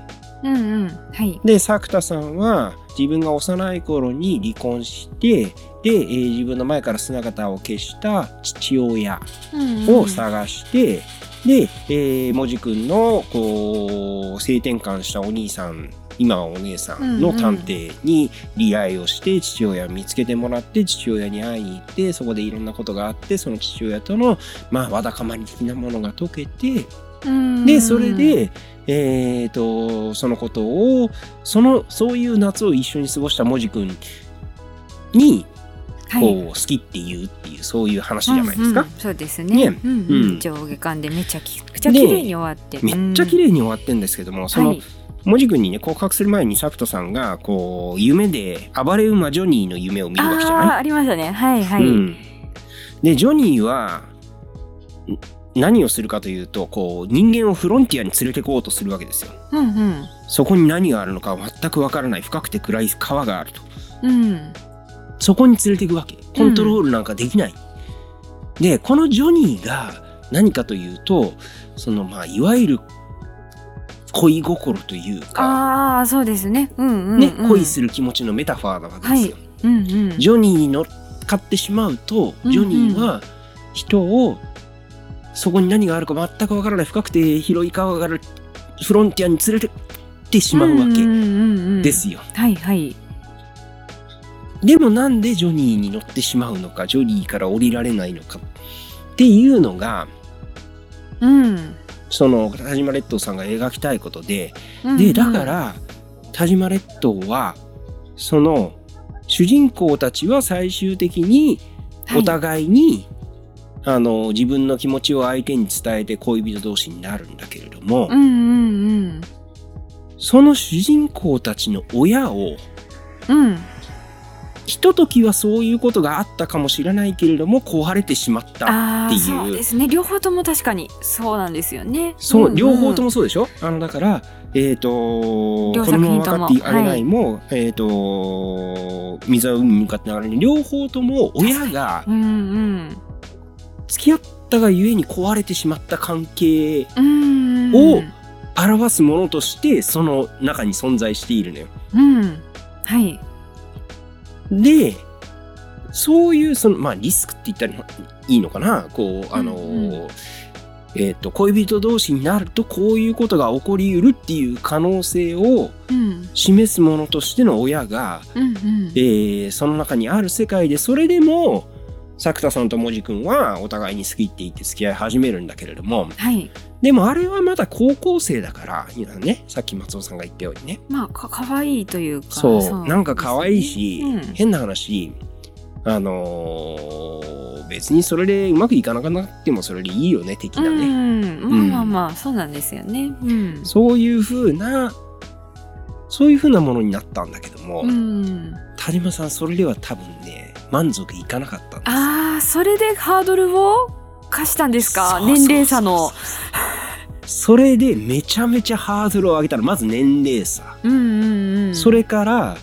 Speaker 2: うんうんはい
Speaker 1: で作田さんは自分が幼い頃に離婚してで、えー自分の前から姿を消した父親
Speaker 2: うんうん
Speaker 1: を探して、で、えー、もじくんのこう性転換したお兄さん今はお姉さんの探偵に利愛をして父親を見つけてもらって父親に会いに行ってそこでいろんなことがあってその父親との、まあ、わだかまり的なものが解けて
Speaker 2: うん
Speaker 1: でそれで、えー、とそのことをそのそういう夏を一緒に過ごしたもじくんに
Speaker 2: はい
Speaker 1: こう、好きっていうっていうそういう話じゃないですか
Speaker 2: うんう。んそうですね
Speaker 1: ね
Speaker 2: うん
Speaker 1: う
Speaker 2: うんん上下巻でめちゃきくちゃ綺麗に終わって
Speaker 1: めっちゃ綺
Speaker 2: 麗
Speaker 1: 麗に終わってんですけども、その
Speaker 2: はい
Speaker 1: 文字君にね告白する前にサクトさんがこう夢で暴れ馬ジョニーの夢を見るわけじゃ
Speaker 2: あ
Speaker 1: な、
Speaker 2: あありましたねはいはいい
Speaker 1: うん、でジョニーはん何をするかというとこう人間をフロンティアに連れてこうとするわけですよ
Speaker 2: うん
Speaker 1: そこに何があるのか全くわからない深くて暗い川があると
Speaker 2: うんうん
Speaker 1: そこに連れていくわけコントロールなんかできない、でこのジョニーが何かというとそのまあいわゆる恋心というか
Speaker 2: ああそうですねうんうんうん
Speaker 1: ね、恋する気持ちのメタファーなわけですよ。
Speaker 2: うんうん
Speaker 1: ジョニーに乗っかってしまうと、
Speaker 2: うんうん
Speaker 1: ジョニーは人をそこに何があるか全くわからない深くて広い川があるフロンティアに連れてってしまうわ
Speaker 2: ん
Speaker 1: け
Speaker 2: んうんうん
Speaker 1: ですよ。
Speaker 2: はいはい
Speaker 1: でもなんでジョニーに乗ってしまうのか、ジョニーから降りられないのかっていうのが、
Speaker 2: うん
Speaker 1: その田島列島さんが描きたいことで、
Speaker 2: うんう
Speaker 1: で
Speaker 2: ん
Speaker 1: だから田島列島はその主人公たちは最終的に
Speaker 2: はい
Speaker 1: お互いに、あの自分の気持ちを相手に伝えて恋人同士になるんだけれども、
Speaker 2: うんうん
Speaker 1: その主人公たちの親を
Speaker 2: うんうん
Speaker 1: ひとときはそういうことがあったかもしれないけれども壊れてしまった。
Speaker 2: あ
Speaker 1: ってい
Speaker 2: あ
Speaker 1: う
Speaker 2: そうですね両方とも確かにそうなんですよね
Speaker 1: そう、
Speaker 2: んん
Speaker 1: 両方ともそうでしょあのだからえっ、と
Speaker 2: 両
Speaker 1: 子
Speaker 2: 作
Speaker 1: 供
Speaker 2: 品
Speaker 1: は
Speaker 2: とも
Speaker 1: 分かってあげないも、えっ、と水は海に向かって流れる両方とも親が
Speaker 2: うんうん
Speaker 1: 付き合ったがゆえに壊れてしまった関係
Speaker 2: うん
Speaker 1: を表すものとしてその中に存在しているのよ。
Speaker 2: うんはい
Speaker 1: でそういうその、まあ、リスクって言ったらいいのかなこうあの、
Speaker 2: うんう
Speaker 1: えっと恋人同士になるとこういうことが起こりうるっていう可能性を
Speaker 2: うん
Speaker 1: 示すものとしての親が、
Speaker 2: うんうん
Speaker 1: えーその中にある世界でそれでも作田さんともじくんはお互いに好きって言って付き合い始めるんだけれども
Speaker 2: はい
Speaker 1: でもあれはまだ高校生だから今ねさっき松尾さんが言ったようにね
Speaker 2: まあか可愛いというか
Speaker 1: そう
Speaker 2: ですね
Speaker 1: なんか可愛いし、
Speaker 2: うん
Speaker 1: 変な話あのー別にそれでうまくいかなくなってもそれでいいよね的
Speaker 2: う
Speaker 1: なね、
Speaker 2: んまあまあまあそうなんですよねうん
Speaker 1: そういう風なそういう風なものになったんだけども、
Speaker 2: うん
Speaker 1: 田島さんそれでは多分ね満足いかなかったんです
Speaker 2: ああそれでハードルを課したんですか
Speaker 1: そうそうそう
Speaker 2: 年齢差の
Speaker 1: それでめちゃめちゃハードルを上げたらまず年齢差、
Speaker 2: うんうんうん
Speaker 1: それから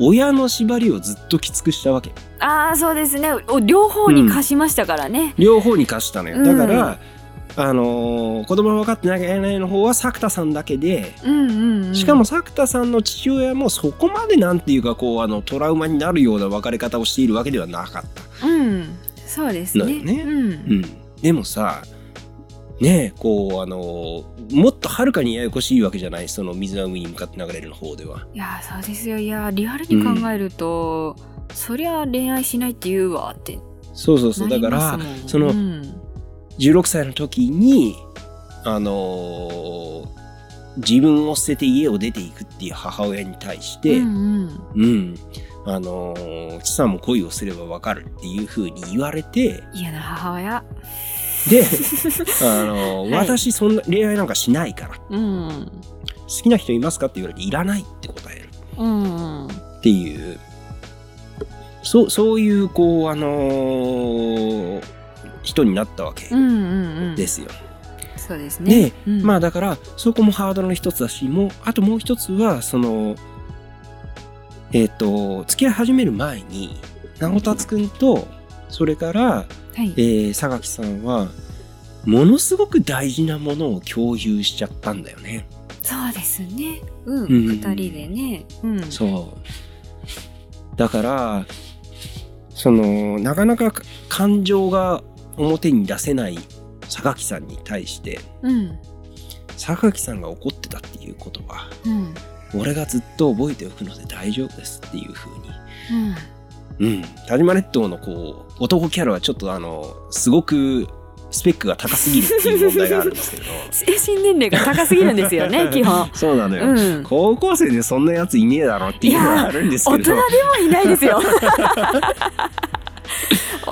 Speaker 1: 親の縛りをずっときつくしたわけ
Speaker 2: ああそうですねお両方に貸しましたからね、
Speaker 1: 両方に貸したのよ、
Speaker 2: うん
Speaker 1: だからあのー子供は分かってなきゃいけないの方は作田さんだけで
Speaker 2: うん、うんうん
Speaker 1: しかも作田さんの父親もそこまでなんていうかこうあのトラウマになるような別れ方をしているわけではなかった、
Speaker 2: うんそうですね
Speaker 1: のよね
Speaker 2: うん
Speaker 1: うん、でもさねえこうあのもっとはるかにややこしいわけじゃないその水は海に向かって流れるの方ではい
Speaker 2: やそうですよいやリアルに考えると、そりゃ恋愛しないって言うわって
Speaker 1: そうそうそう
Speaker 2: な
Speaker 1: だ
Speaker 2: り
Speaker 1: か
Speaker 2: ます
Speaker 1: ら
Speaker 2: もん
Speaker 1: その
Speaker 2: うん
Speaker 1: 16歳の時にあの自分を捨てて家を出ていくっていう母親に対して、
Speaker 2: うんうん
Speaker 1: うん。あのー、ちさも恋をすればわかるっていう風に言われて、
Speaker 2: 嫌な母親
Speaker 1: で、あのー
Speaker 2: はい
Speaker 1: 私そんな恋愛なんかしないから、好
Speaker 2: うん
Speaker 1: きな人いますかって言われて、いらないって答える
Speaker 2: うんうん
Speaker 1: っていう、そう、そういう、こう、あのー人になったわけ
Speaker 2: うんうんうん
Speaker 1: ですよ。
Speaker 2: そうですね
Speaker 1: で、
Speaker 2: うん
Speaker 1: まあだから、そこもハードルの一つだし、もう、あともう一つは、その、えっ、と、付き合い始める前に、直達くんと、それから、
Speaker 2: はい
Speaker 1: えー、榊さんはものすごく大事なものを共有しちゃったんだよね。
Speaker 2: そうですねうん
Speaker 1: うん
Speaker 2: 二人でねうん
Speaker 1: そうだからそのなかなか感情が表に出せない榊さんに対して
Speaker 2: うん
Speaker 1: 榊さんが怒ってたっていうことは
Speaker 2: うん
Speaker 1: 俺がずっと覚えておくので大丈夫ですっていうふうに。
Speaker 2: うん
Speaker 1: うん、田島列島のこう男キャラはちょっとあのすごくスペックが高すぎるっていう問題があるんですけど
Speaker 2: 精神年齢が高すぎるんですよね基 本
Speaker 1: そうなのよ、
Speaker 2: うん
Speaker 1: 高校生でそんなやついねえだろっていうのはあるんです
Speaker 2: 大
Speaker 1: け
Speaker 2: 人で
Speaker 1: ど
Speaker 2: もいないですよ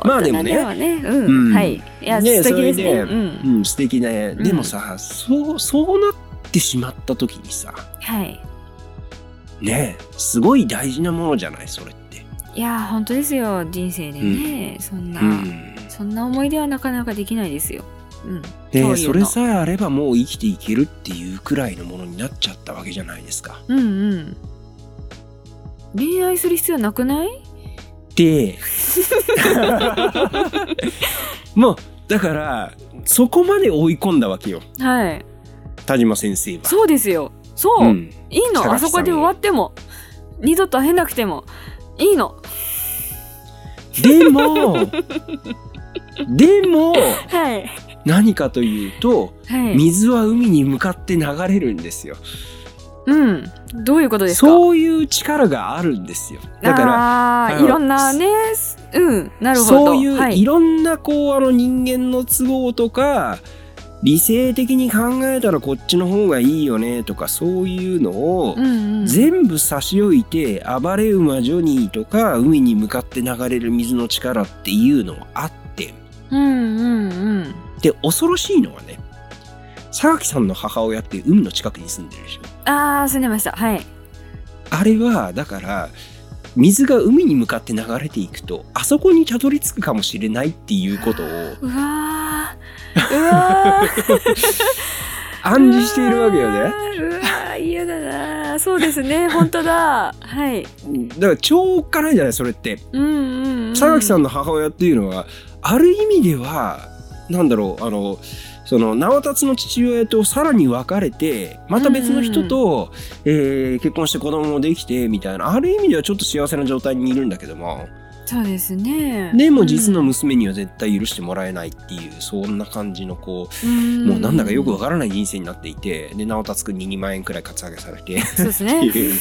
Speaker 1: まあでもね
Speaker 2: 大人でもねうん、
Speaker 1: うん
Speaker 2: はいいや
Speaker 1: ね
Speaker 2: 素敵ですね
Speaker 1: それで
Speaker 2: うん
Speaker 1: うん素敵ね、
Speaker 2: うん
Speaker 1: でもさそうそうなってしまった時にさ
Speaker 2: はい
Speaker 1: ねえすごい大事なものじゃないそれって、
Speaker 2: いやー本当ですよ人生でね、そんな、
Speaker 1: うん、
Speaker 2: そんな思い出はなかなかできないですよ。うん、そういう
Speaker 1: で
Speaker 2: の
Speaker 1: それさえあればもう生きていけるっていうくらいのものになっちゃったわけじゃないですか
Speaker 2: うんうん。恋愛する必要なくない？
Speaker 1: で もうだからそこまで追い込んだわけよ
Speaker 2: はい。
Speaker 1: 田島先生は
Speaker 2: そうですよ。そう、
Speaker 1: ん
Speaker 2: いい
Speaker 1: 榊
Speaker 2: の。
Speaker 1: さん
Speaker 2: あそこで終わっても、二度と会えなくてもいいの。
Speaker 1: でもでも
Speaker 2: はい
Speaker 1: 何かというと
Speaker 2: はい。
Speaker 1: 水は海に向かって流れるんですよ
Speaker 2: うん。どういうことですか？
Speaker 1: そういう力があるんですよだから
Speaker 2: ら
Speaker 1: あ
Speaker 2: い
Speaker 1: の
Speaker 2: ろんなね、うん、なるほど。
Speaker 1: そういう、、
Speaker 2: はい
Speaker 1: ろんなこうあの人間の都合とか理性的に考えたらこっちの方がいいよねとかそういうのを
Speaker 2: うんうん、
Speaker 1: 全部差し置いて暴れ馬ジョニーとか海に向かって流れる水の力っていうのがあって
Speaker 2: うんうんうん。
Speaker 1: で恐ろしいのはね榊さんの母親って海の近くに住んでるでしょ
Speaker 2: ああ、住んでました。はい。
Speaker 1: あれはだから水が海に向かって流れていくとあそこにたどり着くかもしれないっていうことを
Speaker 2: うわ ーうわー
Speaker 1: 暗示しているわけよ
Speaker 2: うわ
Speaker 1: ね
Speaker 2: ーうわー嫌だなーそうです ね本当だはい
Speaker 1: だから超おっかないじゃないそれって
Speaker 2: うんうん、うん、
Speaker 1: 榊さんの母親っていうのはある意味ではなんだろうあのその直達の父親とさらに別れてまた別の人と、えー結婚して子供もできてみたいなある意味ではちょっと幸せな状態にいるんだけども
Speaker 2: そうですね
Speaker 1: でも実の娘には絶対許してもらえないっていうそんな感じのこう
Speaker 2: うん
Speaker 1: もうなんだかよくわからない人生になっていて、で、直達くんに2万円くらいカツアゲされて、
Speaker 2: そうです
Speaker 1: って
Speaker 2: ね
Speaker 1: いう。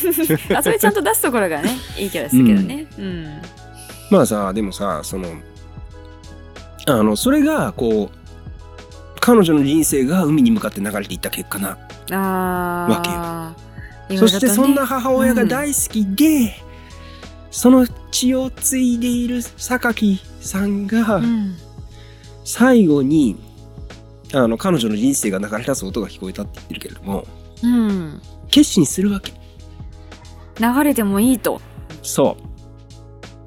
Speaker 2: あそれちゃんと出すところがねいいキャラですけどねうん
Speaker 1: まあさ、でもさ、その、あの、それが、こう、彼女の人生が海に向かって流れていった結果な。
Speaker 2: ああ
Speaker 1: そしてそんな母親が大好きで、その血を継いでいる榊さんが
Speaker 2: う、ん、
Speaker 1: 最後に、あの、彼女の人生が流れ出す音が聞こえたって言ってるけれども、
Speaker 2: うん、
Speaker 1: 決心するわけ。
Speaker 2: 流れてもいいと、
Speaker 1: そ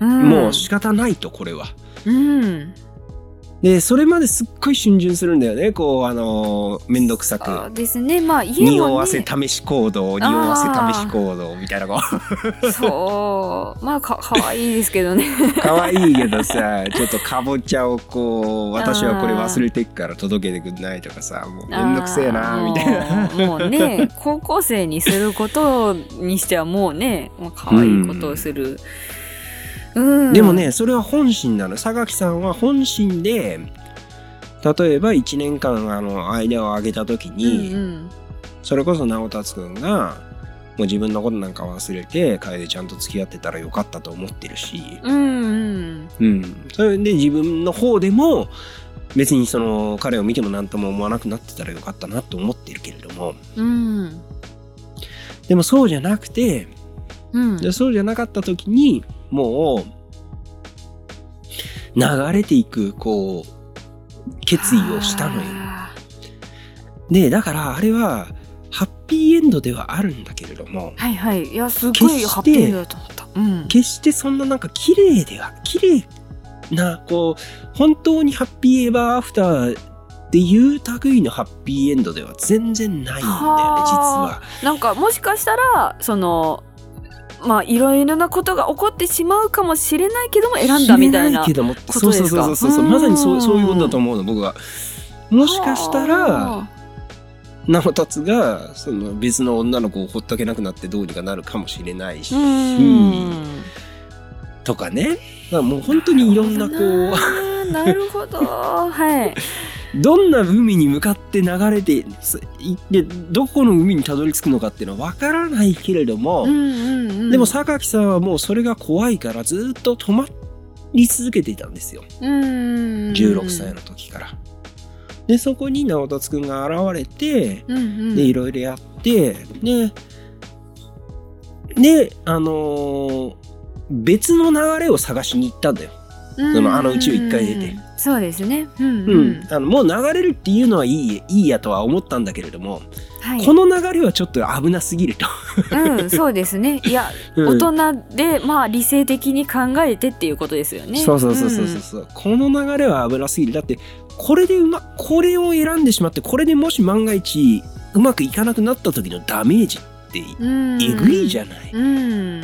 Speaker 1: う。
Speaker 2: うん、
Speaker 1: もう仕方ないと、これは。
Speaker 2: うん
Speaker 1: でそれまですっごい逡巡するんだよねこうあのーめんどくさ
Speaker 2: そう
Speaker 1: く。
Speaker 2: ですねまあ家も、ね、
Speaker 1: 匂わせ試し行動匂わせ試し行動みたい なこ
Speaker 2: そうまあかかわいいですけどね
Speaker 1: うかわいいけどさちょっとかぼちゃをこう私はこれ忘れてっから届けてくんないとかさもうめんどくせえなみたいな。
Speaker 2: なもうもう ね高校生にすることにしてはもうねもうかわいいことをするうん、
Speaker 1: でもねそれは本心なの榊さんは本心で例えば1年間あの間を空けた時に、
Speaker 2: うん
Speaker 1: それこそ直達くんがもう自分のことなんか忘れて楓ちゃんと付き合ってたらよかったと思ってるし、
Speaker 2: うんうん
Speaker 1: うん、それで自分の方でも別にその彼を見ても何とも思わなくなってたらよかったなと思ってるけれども
Speaker 2: うん
Speaker 1: でもそうじゃなくて
Speaker 2: うん
Speaker 1: でそうじゃなかった時にもう流れていくこう決意をしたのよ。
Speaker 2: あ
Speaker 1: でだからあれはハッピーエンドではあるんだけれども
Speaker 2: ーはいはいいやすご
Speaker 1: 決し
Speaker 2: い
Speaker 1: て
Speaker 2: ハッピーエンドだと思ったうん
Speaker 1: 決してそんななんか綺麗では綺麗なこう本当にハッピーエバーアフターっていう類のハッピーエンドでは全然ないんだよね実
Speaker 2: は
Speaker 1: は。
Speaker 2: なんかもしかしたらそのまあいろいろなことが起こってしまうかもしれないけども選んだみたい
Speaker 1: 知れ
Speaker 2: な
Speaker 1: けども
Speaker 2: とですか
Speaker 1: そうそうそうそうそう
Speaker 2: うん
Speaker 1: まさにそうそういうことだと思うの僕は。もしかしたら
Speaker 2: は
Speaker 1: 直達がその別の女の子をほったけなくなってどうにかなるかもしれないし
Speaker 2: あうん
Speaker 1: とかねだからもう本当にいろんなこう
Speaker 2: うなるほどはい
Speaker 1: どんな海に向かって流れてす行ってどこの海にたどり着くのかっていうのは分からないけれども、
Speaker 2: うんうんうん
Speaker 1: でも榊さんはもうそれが怖いからずっと止まり続けていたんですよ16
Speaker 2: 16
Speaker 1: 歳の時から。でそこに直達くんが現れて
Speaker 2: うんうん
Speaker 1: でいろいろやってでであのー別の流れを探しに行ったんだよ。
Speaker 2: うん
Speaker 1: そのあの宇宙一回出て
Speaker 2: そうですねうん
Speaker 1: う
Speaker 2: うん
Speaker 1: ん、あのもう流れるっていうのはいいいいやとは思ったんだけれども、
Speaker 2: はい
Speaker 1: この流れはちょっと危なすぎると。
Speaker 2: うんそうですね いや
Speaker 1: うん
Speaker 2: 大人でまあ理性的に考えてっていうことですよね
Speaker 1: そうそうそうそうそうそう、この流れは危なすぎるだってこれでうまこれを選んでしまってこれでもし万が一うまくいかなくなった時のダメージって
Speaker 2: うん
Speaker 1: えぐいじゃない、
Speaker 2: うん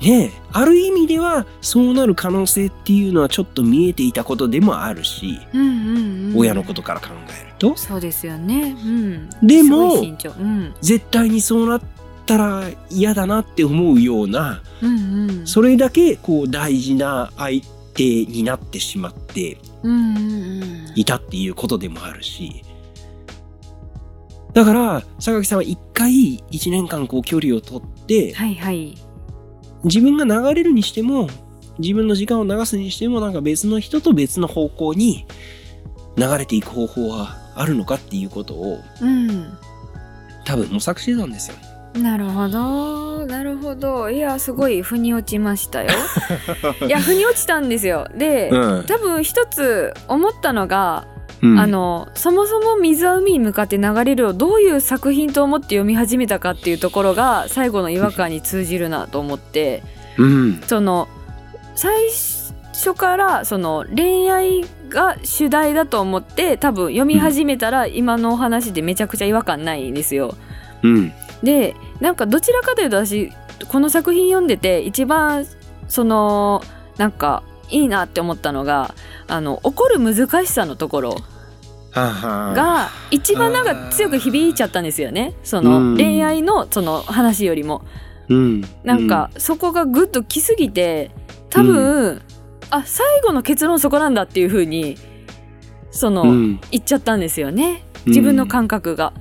Speaker 1: ねえある意味ではそうなる可能性っていうのはちょっと見えていたことでもあるし、
Speaker 2: うんうんうん
Speaker 1: 親のことから考えると
Speaker 2: そうですよねうん
Speaker 1: でも
Speaker 2: すごい慎重うん
Speaker 1: 絶対にそうなったら嫌だなって思うような
Speaker 2: うんうん
Speaker 1: それだけこう大事な相手になってしまって
Speaker 2: うんうんうん
Speaker 1: いたっていうことでもあるし。だから、榊さんは一回、一年間こう距離を取って、
Speaker 2: はいはい
Speaker 1: 自分が流れるにしても、自分の時間を流すにしても、なんか別の人と別の方向に流れていく方法はあるのかっていうことを、
Speaker 2: うん
Speaker 1: 多分模索してたんですよ。
Speaker 2: なるほどなるほどいやすごい腑に落ちましたよ いや腑に落ちたんですよで、
Speaker 1: うん
Speaker 2: 多分一つ思ったのが、
Speaker 1: うん
Speaker 2: あ、のそもそも水は海に向かって流れるをどういう作品と思って読み始めたかっていうところが最後の違和感に通じるなと思って
Speaker 1: うん。
Speaker 2: その最初からその恋愛が主題だと思って多分読み始めたら今のお話でめちゃくちゃ違和感ないんですよ。
Speaker 1: うん。
Speaker 2: でなんかどちらかというと私この作品読んでて一番そのなんかいいなって思ったのがあの怒る難しさのところ
Speaker 1: はあはあ、
Speaker 2: が一番なんか強く響いちゃったんですよねそ
Speaker 1: うん
Speaker 2: の恋愛のその話よりも
Speaker 1: うん。
Speaker 2: なんかそこがグッときすぎて多分あ最後の結論そこなんだっていう風にそ
Speaker 1: うん、う
Speaker 2: の
Speaker 1: ん
Speaker 2: 言っちゃったんですよね自分の感覚が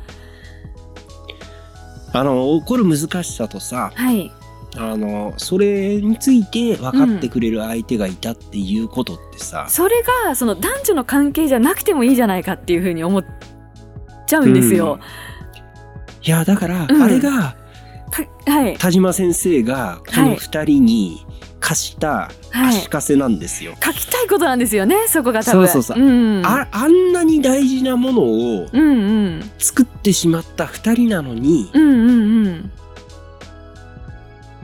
Speaker 1: あの、怒る難しさとさ、
Speaker 2: はい
Speaker 1: あのそれについて分かってくれる相手がいたっていうことってさ、
Speaker 2: それがその男女の関係じゃなくてもいいじゃないかっていうふうに思っちゃうんですよ。
Speaker 1: いやだから、
Speaker 2: うん
Speaker 1: あれが
Speaker 2: かはい
Speaker 1: 田島先生がこ
Speaker 2: は
Speaker 1: の
Speaker 2: い
Speaker 1: 2人に貸した
Speaker 2: は
Speaker 1: 貸し
Speaker 2: い。
Speaker 1: かせなんですよ、
Speaker 2: 書きたいことなんですよね。そこが多分。
Speaker 1: そうそうそう
Speaker 2: うん、
Speaker 1: ああんなに大事なものを
Speaker 2: うんうん
Speaker 1: 作ってしまった2人なのに、
Speaker 2: うんうんうん。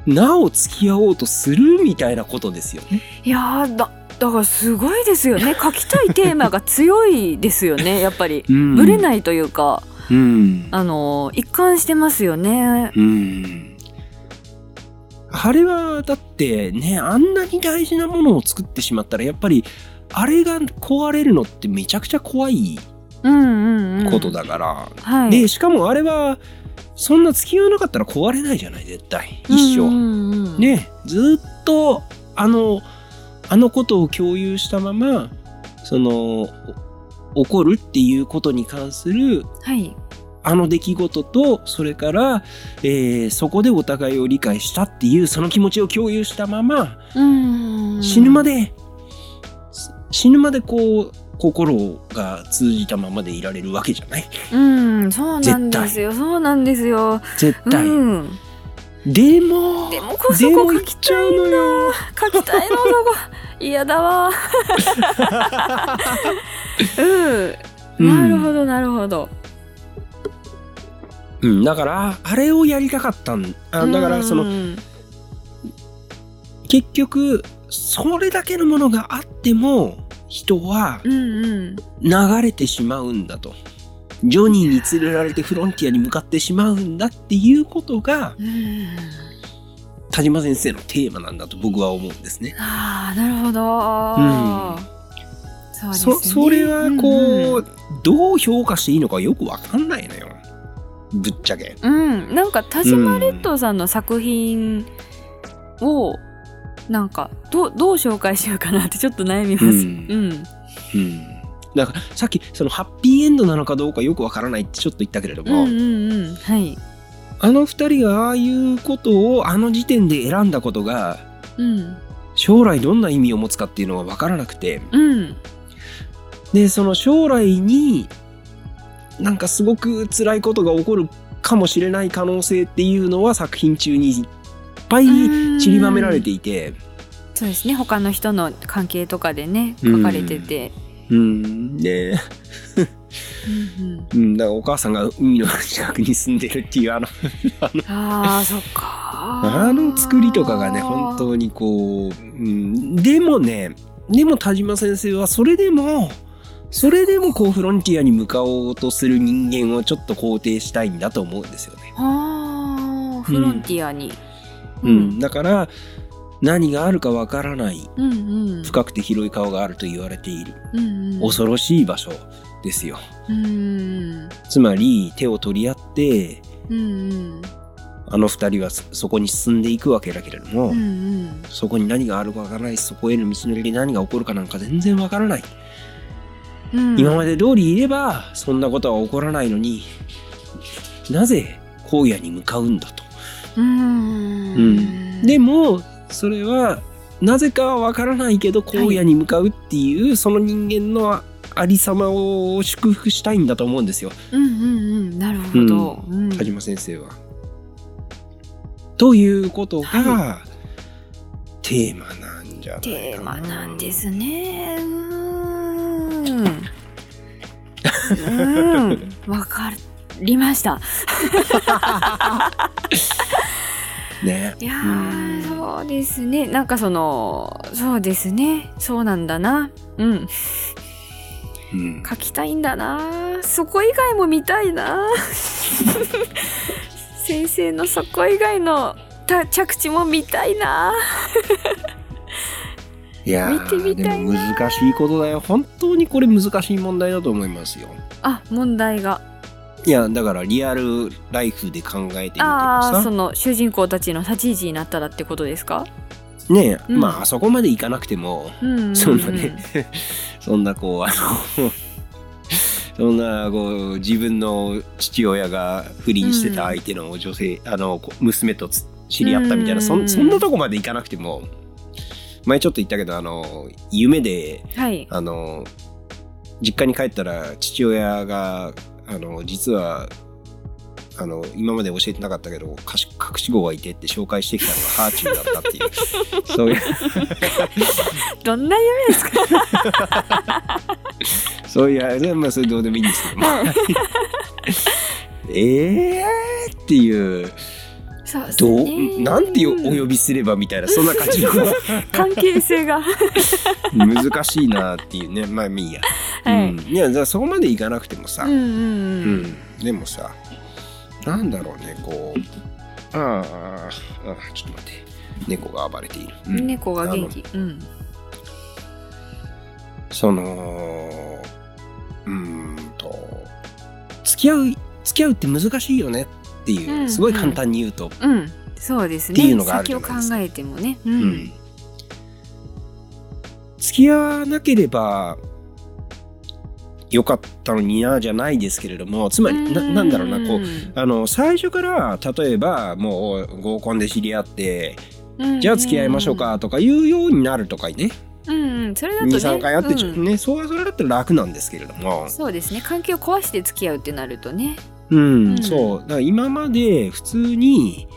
Speaker 1: なお付き合おうとするみたいなことですよね。
Speaker 2: いやーだだからすごいですよね。書きたいテーマが強いです よね。やっぱり
Speaker 1: うん
Speaker 2: ぶれないというか、
Speaker 1: うん
Speaker 2: あのー一貫してますよね。
Speaker 1: うんあれはだってねあんなに大事なものを作ってしまったらやっぱりあれが壊れるのってめちゃくちゃ怖い
Speaker 2: うんうんうん。
Speaker 1: こと。だから、
Speaker 2: はい。
Speaker 1: でしかもあれはそんな付き合わなかったら壊れないじゃない絶対
Speaker 2: うん
Speaker 1: 一生、
Speaker 2: うんうん、。
Speaker 1: ねずっとあのあのことを共有したままその起こるっていうことに関する
Speaker 2: はい。
Speaker 1: あの出来事とそれから、えーそこでお互いを理解したっていうその気持ちを共有したまま
Speaker 2: うん。
Speaker 1: 死ぬま
Speaker 2: で。
Speaker 1: で、す死ぬまでこう心が通じたままでいられるわけじゃない
Speaker 2: うん、そうなんですよ。そうなんですよ。
Speaker 1: 絶
Speaker 2: う
Speaker 1: 対、
Speaker 2: ん。
Speaker 1: でも
Speaker 2: でもこそこ書
Speaker 1: 行っ
Speaker 2: き
Speaker 1: ちゃうのよ
Speaker 2: 書きたいのそこ。嫌だわ。うん。なるほどなるほど。
Speaker 1: うん、だからあれをやりたかったんあだからその
Speaker 2: うん
Speaker 1: 結局それだけのものがあっても人は
Speaker 2: うんうん。
Speaker 1: 流れてしまうんだとジョニーに連れられてフロンティアに向かってしまうんだっていうことが
Speaker 2: うん
Speaker 1: 田島先生のテーマなんだと僕は思うんですね。
Speaker 2: ああなるほ
Speaker 1: うん
Speaker 2: ど。そうですね
Speaker 1: そそれはこう、
Speaker 2: うんうん
Speaker 1: どう評価していいのかよくわかんないのよぶっちゃけ。
Speaker 2: うん、なんか田島列島さんの作品を、なんかどうどう紹介しようかなってちょっと悩みます。
Speaker 1: うん
Speaker 2: うん、
Speaker 1: うん、だからさっきそのハッピーエンドなのかどうかよくわからないってちょっと言ったけれど
Speaker 2: うん、
Speaker 1: も、
Speaker 2: うん、うん、はい、
Speaker 1: あの二人がああいうことをあの時点で選んだことが
Speaker 2: うん、
Speaker 1: 将来どんな意味を持つかっていうのが分からなくて
Speaker 2: うん、
Speaker 1: でその将来になんかすごく辛いことが起こるかもしれない可能性っていうのは作品中にいっぱい散りばめられて
Speaker 2: うん
Speaker 1: いて
Speaker 2: そうですね。他の人の関係とかでね、
Speaker 1: うん
Speaker 2: 書かれてて、
Speaker 1: うんね
Speaker 2: うんうん
Speaker 1: うんだからお母さんが海の近くに住んでるっていうあの
Speaker 2: ああ、そっか。
Speaker 1: あの作りとかがね本当にこう、うん、でもねでも田島先生はそれでもそれでもこうフロンティアに向かおうとする人間をちょっと肯定したいんだと思うんですよね。
Speaker 2: ああ、フロンティアに。
Speaker 1: うん、だから何があるかわからない
Speaker 2: うん、うん、
Speaker 1: 深くて広い顔があると言われている
Speaker 2: うん、うん、
Speaker 1: 恐ろしい場所ですよ。
Speaker 2: うん、
Speaker 1: つまり手を取り合って
Speaker 2: うん、うん、
Speaker 1: あの二人はそそこに進んでいくわけだけれども、
Speaker 2: うん、うん。
Speaker 1: そこに何があるかわからないしそこへの道のりで何が起こるかなんか全然わからない。
Speaker 2: うん
Speaker 1: 今まで通りいればそんなことは起こらないのになぜ荒野に向かうんだと。
Speaker 2: うーん
Speaker 1: うんでもそれはなぜかはわからないけど荒野に向かうっていう、その人間のあありさまを祝福したいんだと思うんですよ
Speaker 2: うんうんうんなるほど、うん
Speaker 1: 田島先生は。ということが、
Speaker 2: は
Speaker 1: テーマなんじゃないかな。
Speaker 2: テーマなんですねうーんうーんわかりました
Speaker 1: ね。
Speaker 2: いや
Speaker 1: うん
Speaker 2: ーそうですねなんかそのそうですねそうなんだなうん
Speaker 1: うん
Speaker 2: 書きたいんだなそこ以外も見たいな 先生のそこ以外のた着地も見たいない
Speaker 1: やー
Speaker 2: 見てみたいな
Speaker 1: でも難しいことだよ本当にこれ難しい問題だと思いますよ
Speaker 2: あ問題が
Speaker 1: いやだからリアルライフで考えてみても
Speaker 2: ああーそ
Speaker 1: さ
Speaker 2: の主人公たちの立ち位置になったらってことですか、
Speaker 1: ねえ、
Speaker 2: うん
Speaker 1: まああそこまでいかなくても
Speaker 2: うんうんうん
Speaker 1: そんなね、そんなこうあのそんなこう自分の父親が不倫してた相手の女性、あのこ娘とつ知り合ったみたいな、そ
Speaker 2: うんん
Speaker 1: そんなとこまでいかなくても前ちょっと言ったけどあの夢で
Speaker 2: はい
Speaker 1: あの実家に帰ったら父親があの実はあの今まで教えてなかったけどかし隠し子がいてって紹介してきたのがハーチューだったっていうそういう
Speaker 2: どんな夢ですか
Speaker 1: そういうあれまあそれどうでもいいんですけどもええーっていう
Speaker 2: そうです
Speaker 1: ど
Speaker 2: ね
Speaker 1: うなんてよお呼びすればみたいなそんな感じの
Speaker 2: 関係性が
Speaker 1: 難しいなっていうねま あいいや、
Speaker 2: はい
Speaker 1: うん、いやじゃあそこまでいかなくてもさ、
Speaker 2: うんうん
Speaker 1: う
Speaker 2: うん
Speaker 1: ん、でもさなんだろうねこうああああちょっと待って猫が暴れている、うん
Speaker 2: 猫が元気うん
Speaker 1: そのうーんと付き合う付き合うって難しいよねっていう、
Speaker 2: うん
Speaker 1: すごい簡単に言うと、
Speaker 2: うんそうです
Speaker 1: っていう
Speaker 2: ね
Speaker 1: のがあるじゃ
Speaker 2: 先
Speaker 1: な
Speaker 2: を
Speaker 1: い
Speaker 2: 考
Speaker 1: ですか
Speaker 2: えてもねう
Speaker 1: うん
Speaker 2: ん
Speaker 1: 付き合わなければ良かったのになじゃないですけれどもつまりななんだろうなこうあの最初から例えばもう合コンで知り合って
Speaker 2: うん
Speaker 1: じゃあ付き合いましょうかとかいうようになるとかね
Speaker 2: うんうんそれだとね
Speaker 1: 23回やってちょっと
Speaker 2: うん
Speaker 1: ねそうそれだったら楽なんですけれども
Speaker 2: そうですね関係を壊して付き合うってなるとね
Speaker 1: うん、
Speaker 2: うん
Speaker 1: そうだから今まで普通に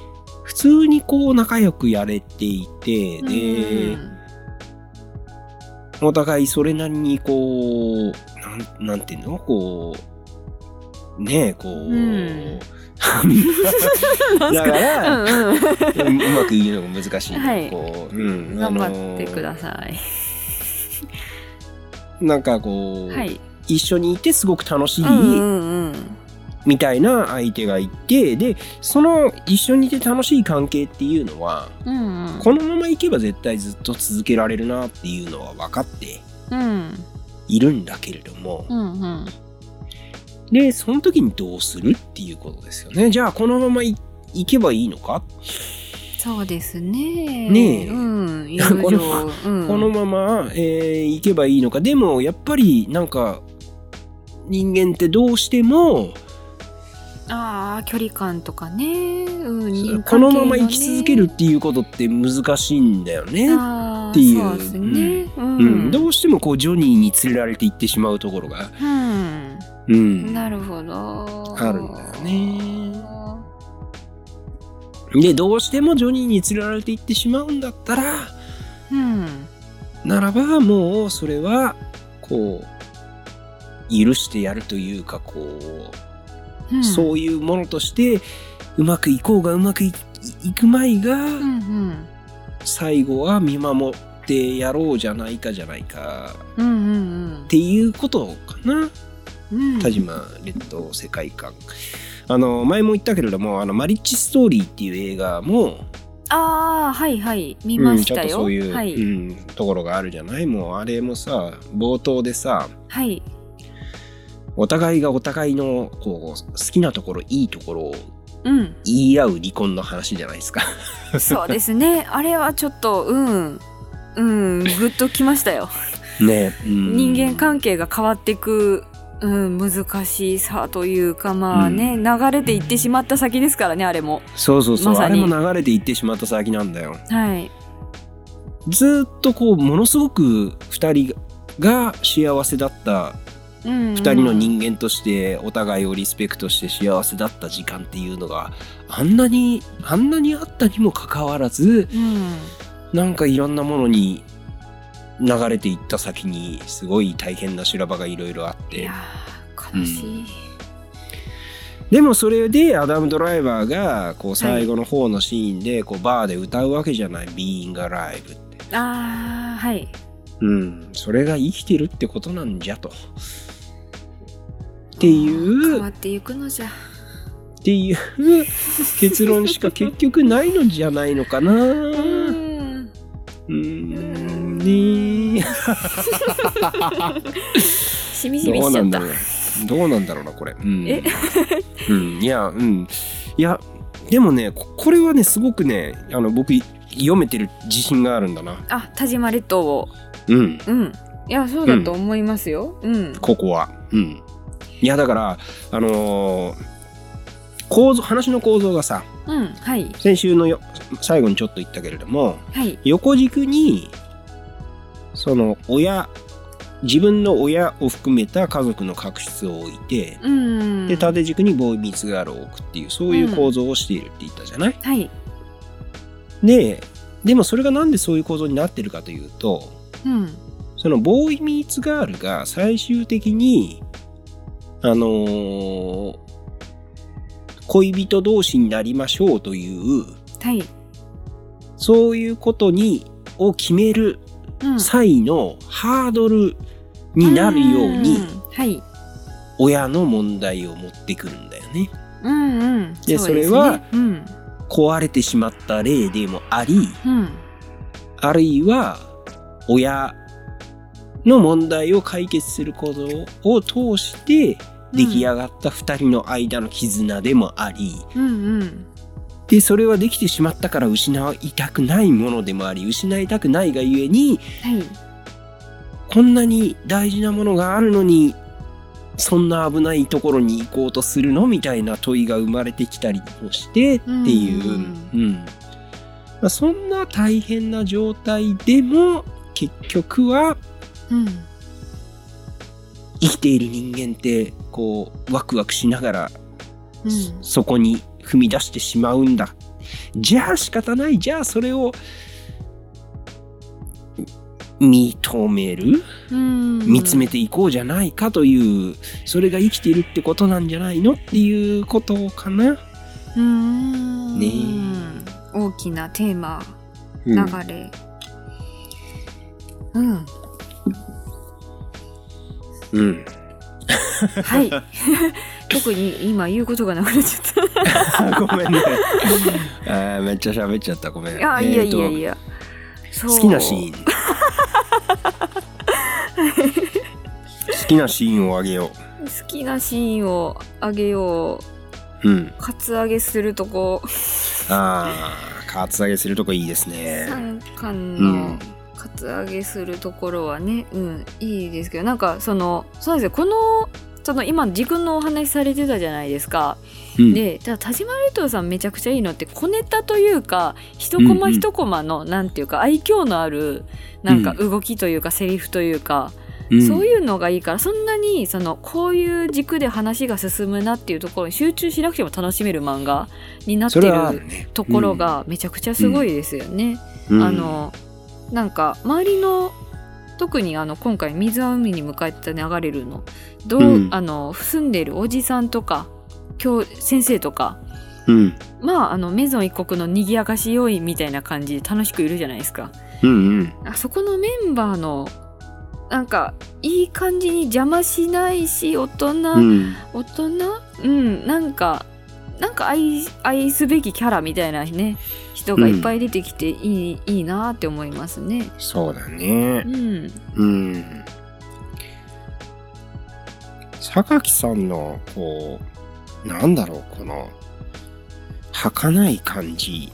Speaker 1: 普通にこう仲良くやれていてで、お互いそれなりにこうなんなんていうのこうねえ こう、
Speaker 2: うんうん、なんす
Speaker 1: だ
Speaker 2: か
Speaker 1: から、
Speaker 2: うんうん
Speaker 1: うまく言うのが難しいな、
Speaker 2: はい
Speaker 1: こう、うん、
Speaker 2: 頑張ってください、
Speaker 1: いなんかこう、
Speaker 2: はい
Speaker 1: 一緒にいてすごく楽しい、
Speaker 2: うんうんうん
Speaker 1: みたいな相手がいてでその一緒にいて楽しい関係っていうのは
Speaker 2: うんうん
Speaker 1: このままいけば絶対ずっと続けられるなっていうのは分かって
Speaker 2: うん
Speaker 1: いるんだけれども、
Speaker 2: うんうん
Speaker 1: でその時にどうするっていうことですよねじゃあこのままいいけばいいのか、
Speaker 2: そうですね。
Speaker 1: ねえ
Speaker 2: うん、い ろい
Speaker 1: こ
Speaker 2: ろ。
Speaker 1: の
Speaker 2: うん、
Speaker 1: このまま、えーいけばいいのかでもやっぱりなんか人間ってどうしても
Speaker 2: ああ、距離感とかね。うん、人間
Speaker 1: このまま生
Speaker 2: 関係
Speaker 1: き続けるっていうことって難しいんだよね。
Speaker 2: あー
Speaker 1: っていう
Speaker 2: そうですね。うん。
Speaker 1: うん、どうしてもこうジョニーに連れられていってしまうところが、
Speaker 2: うん
Speaker 1: うん、
Speaker 2: なるほど。
Speaker 1: あるんだよねでどうしてもジョニーに連れられていってしまうんだったら
Speaker 2: うん。
Speaker 1: ならばもうそれはこう許してやるというかこう、
Speaker 2: うん、
Speaker 1: そういうものとしてうまくいこうがうまくいいくまいが、
Speaker 2: うんうん。
Speaker 1: 最後は見守ってやろうじゃないかじゃないか
Speaker 2: うんうん
Speaker 1: っていうことかな
Speaker 2: うん。うん。
Speaker 1: 田島列島世界観。あの前も言ったけれども「あのマリッジストーリー」っていう映画も
Speaker 2: ああ、はいはい。見
Speaker 1: う
Speaker 2: ま
Speaker 1: ん、
Speaker 2: し
Speaker 1: ちょったと
Speaker 2: よ。
Speaker 1: そういう、
Speaker 2: はい、
Speaker 1: うん、ところがあるじゃないもうあれもさ冒頭でさ
Speaker 2: はい。
Speaker 1: お互いがお互いのこう好きなところいいところを
Speaker 2: うん。
Speaker 1: 言い合う離婚の話じゃないですか
Speaker 2: そうですね。あれはちょっと、うん。うん、ぐっときましたよ。
Speaker 1: ね、 うん
Speaker 2: 人間関係が変わっていく、うん、難しさというかまあね、流れていってしまった先ですからねあれも
Speaker 1: そうそうそう、
Speaker 2: ま
Speaker 1: あ
Speaker 2: さ
Speaker 1: れ
Speaker 2: に
Speaker 1: も流れていってしまった先なんだよ
Speaker 2: はい
Speaker 1: ずーっとこうものすごく2人が幸せだった
Speaker 2: 2
Speaker 1: 2人の人間としてお互いをリスペクトして幸せだった時間っていうのがあんなにあんなにあったにもかかわらず
Speaker 2: うん
Speaker 1: なんかいろんなものに流れていった先にすごい大変な修羅場がいろいろあっ
Speaker 2: い
Speaker 1: て
Speaker 2: やー悲しい、
Speaker 1: でもそれでアダム・ドライバーがこう最後の方のシーンでこうバーで歌うわけじゃない「Being Alive」って、
Speaker 2: あーはい
Speaker 1: うん、それが生きてるってことなんじゃと。っていう
Speaker 2: 変わっていくのじゃ
Speaker 1: っていう結論しか結局ないのじゃないのかな
Speaker 2: う
Speaker 1: うんーんねえ
Speaker 2: しみじみ
Speaker 1: どう
Speaker 2: しち
Speaker 1: な
Speaker 2: ゃっ
Speaker 1: んだ
Speaker 2: た
Speaker 1: ろうどうなんだろうなこれうん
Speaker 2: え
Speaker 1: うんいやうんいやでもねここれはねすごくねあの僕読めてる自信があるんだな
Speaker 2: あ田島列島を
Speaker 1: うん
Speaker 2: うんいやそうだと思いますようん、
Speaker 1: ここはうんいやだからあのー構造話の構造がさ
Speaker 2: うん、はい
Speaker 1: 先週のよ最後にちょっと言ったけれども
Speaker 2: はい
Speaker 1: 横軸にその親自分の親を含めた家族の確執を置いて、
Speaker 2: うん
Speaker 1: で縦軸にボーイ・ミーツ・ガールを置くっていうそういう構造をしているって言ったじゃない、
Speaker 2: はい
Speaker 1: ででもそれがなんでそういう構造になってるかというと
Speaker 2: うん
Speaker 1: そのボーイ・ミーツ・ガールが最終的にあのー恋人同士になりましょうという
Speaker 2: はい
Speaker 1: そういうことにを決める
Speaker 2: うん
Speaker 1: 際のハードルになるように
Speaker 2: んはい
Speaker 1: 親の問題を持ってくるんだよね。
Speaker 2: うんうん、
Speaker 1: で
Speaker 2: う
Speaker 1: それ
Speaker 2: すね
Speaker 1: は
Speaker 2: うん
Speaker 1: 壊れてしまった例でもあり
Speaker 2: うん
Speaker 1: あるいは親の問題を解決することを通して出来上がった2人の間の絆でもあり、
Speaker 2: うんうん
Speaker 1: でそれはできてしまったから失いたくないものでもあり失いたくないがゆえに
Speaker 2: はい
Speaker 1: こんなに大事なものがあるのにそんな危ないところに行こうとするのみたいな問いが生まれてきたりもしてっていう、
Speaker 2: う
Speaker 1: うんんまあ、そんな大変な状態でも結局は
Speaker 2: うん
Speaker 1: 生きている人間ってこうワクワクしながら
Speaker 2: うん
Speaker 1: そこに踏み出してしまうんだじゃあ仕方ないじゃあそれを認める
Speaker 2: うん
Speaker 1: 見つめていこうじゃないかというそれが生きているってことなんじゃないのっていうことかな。
Speaker 2: うん
Speaker 1: ね
Speaker 2: 大きなテーマ
Speaker 1: う
Speaker 2: 流
Speaker 1: ん
Speaker 2: れうん、
Speaker 1: うん、
Speaker 2: はい 特に今言うことがなくなっちゃっ た
Speaker 1: ごめんね。あーめっちゃ喋っちゃったごめん。
Speaker 2: あいやいやい
Speaker 1: や。
Speaker 2: や、そう
Speaker 1: 好きなシ ーン。好きなシーンをあげよ
Speaker 2: 好きなシーンをあげよう
Speaker 1: う。うん。
Speaker 2: カツアゲするとこ
Speaker 1: ああ、カツアゲするとこいいですね。
Speaker 2: 三巻
Speaker 1: う
Speaker 2: の
Speaker 1: ん。
Speaker 2: カツアゲするところはねうんいいですけどなんかそのそうなんですよこのその今自分のお話しされてたじゃないですか、
Speaker 1: うん、
Speaker 2: でただ田島ルトさんめちゃくちゃいいのって小ネタというか一コマ
Speaker 1: うんうん
Speaker 2: 一コマの、なんていうか愛嬌のあるなんか
Speaker 1: うん
Speaker 2: 動きというかセリフというか、
Speaker 1: うん
Speaker 2: そういうのがいいからそんなにそのこういう軸で話が進むなっていうところに集中しなくても楽しめる漫画になって
Speaker 1: それはあ
Speaker 2: る
Speaker 1: るね
Speaker 2: ところ、がめちゃくちゃすごいですよね。
Speaker 1: うん
Speaker 2: あ、のなんか周りの特にあの今回水は海に向かって流れるのどう、
Speaker 1: うん
Speaker 2: あの住んでるおじさんとか教先生とか
Speaker 1: うんうん
Speaker 2: まああのメゾン一国の賑やかし要員みたいな感じで楽しくいるじゃないですか。
Speaker 1: うん
Speaker 2: あそこのメンバーのなんかいい感じに邪魔しないし大人、
Speaker 1: うん
Speaker 2: 大人うんなんかなんか愛愛すべきキャラみたいなね人がいっぱい出てきていい,、いいなって思いますね。
Speaker 1: そうだね
Speaker 2: う。ん、
Speaker 1: うん。榊さんの、こう、なんだろう、この、儚い感じ。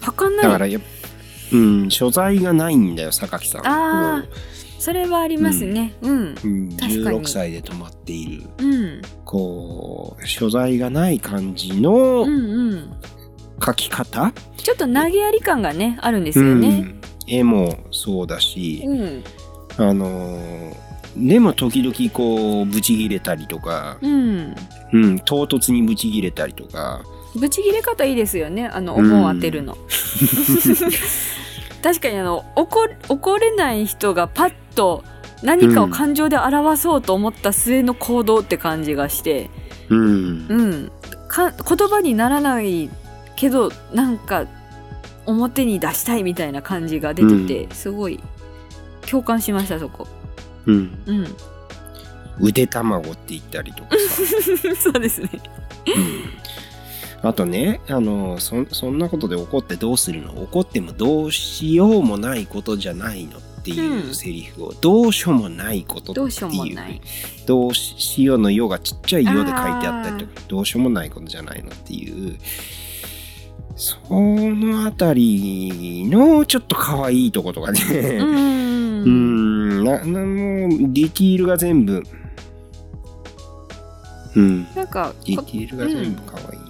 Speaker 2: 儚い
Speaker 1: だからやっぱ、うん、所在がないんだよ、榊さん。
Speaker 2: あー
Speaker 1: こ
Speaker 2: それはありますね。うん。
Speaker 1: ううん、
Speaker 2: 確かに
Speaker 1: 16歳で止まっている。
Speaker 2: うん。
Speaker 1: こう、所在がない感じの
Speaker 2: うんうん。
Speaker 1: 書き方、
Speaker 2: ちょっと投げやり感がね、あるんです
Speaker 1: う
Speaker 2: よ
Speaker 1: ん
Speaker 2: ね。
Speaker 1: 絵もそうだし、
Speaker 2: うん。
Speaker 1: あのーでも時々こうブチギレたりとか、
Speaker 2: うん。
Speaker 1: うん、唐突にブチギレたりとか、
Speaker 2: ぶち切れ方いいですよね。あの、
Speaker 1: うん
Speaker 2: 思う当てる の。確かにあの怒、怒れない人がパッと何かを感情で表そうと思った末の行動って感じがして、
Speaker 1: うん
Speaker 2: うん。か言葉にならないけど、なんか、表に出したいみたいな感じが出てて、すごい共感しました、そこ。
Speaker 1: うん、
Speaker 2: うん。
Speaker 1: 腕卵って言ったりとかさ、
Speaker 2: そうです ね。
Speaker 1: うん、あとねあのそそんなことで怒ってどうするの怒ってもどうしようもないことじゃないのっていううんセリフを、どうしようもないことっていう
Speaker 2: どうしようもない。
Speaker 1: どうししようの「よ」がちっちゃい「よ」で書いてあったりとかどうしようもないことじゃないのっていうそのあたりのちょっと可愛いとことかね
Speaker 2: うー。
Speaker 1: うんんななもうディティールが全部うん
Speaker 2: なんか
Speaker 1: ディ
Speaker 2: こ
Speaker 1: ティールが全部可愛い、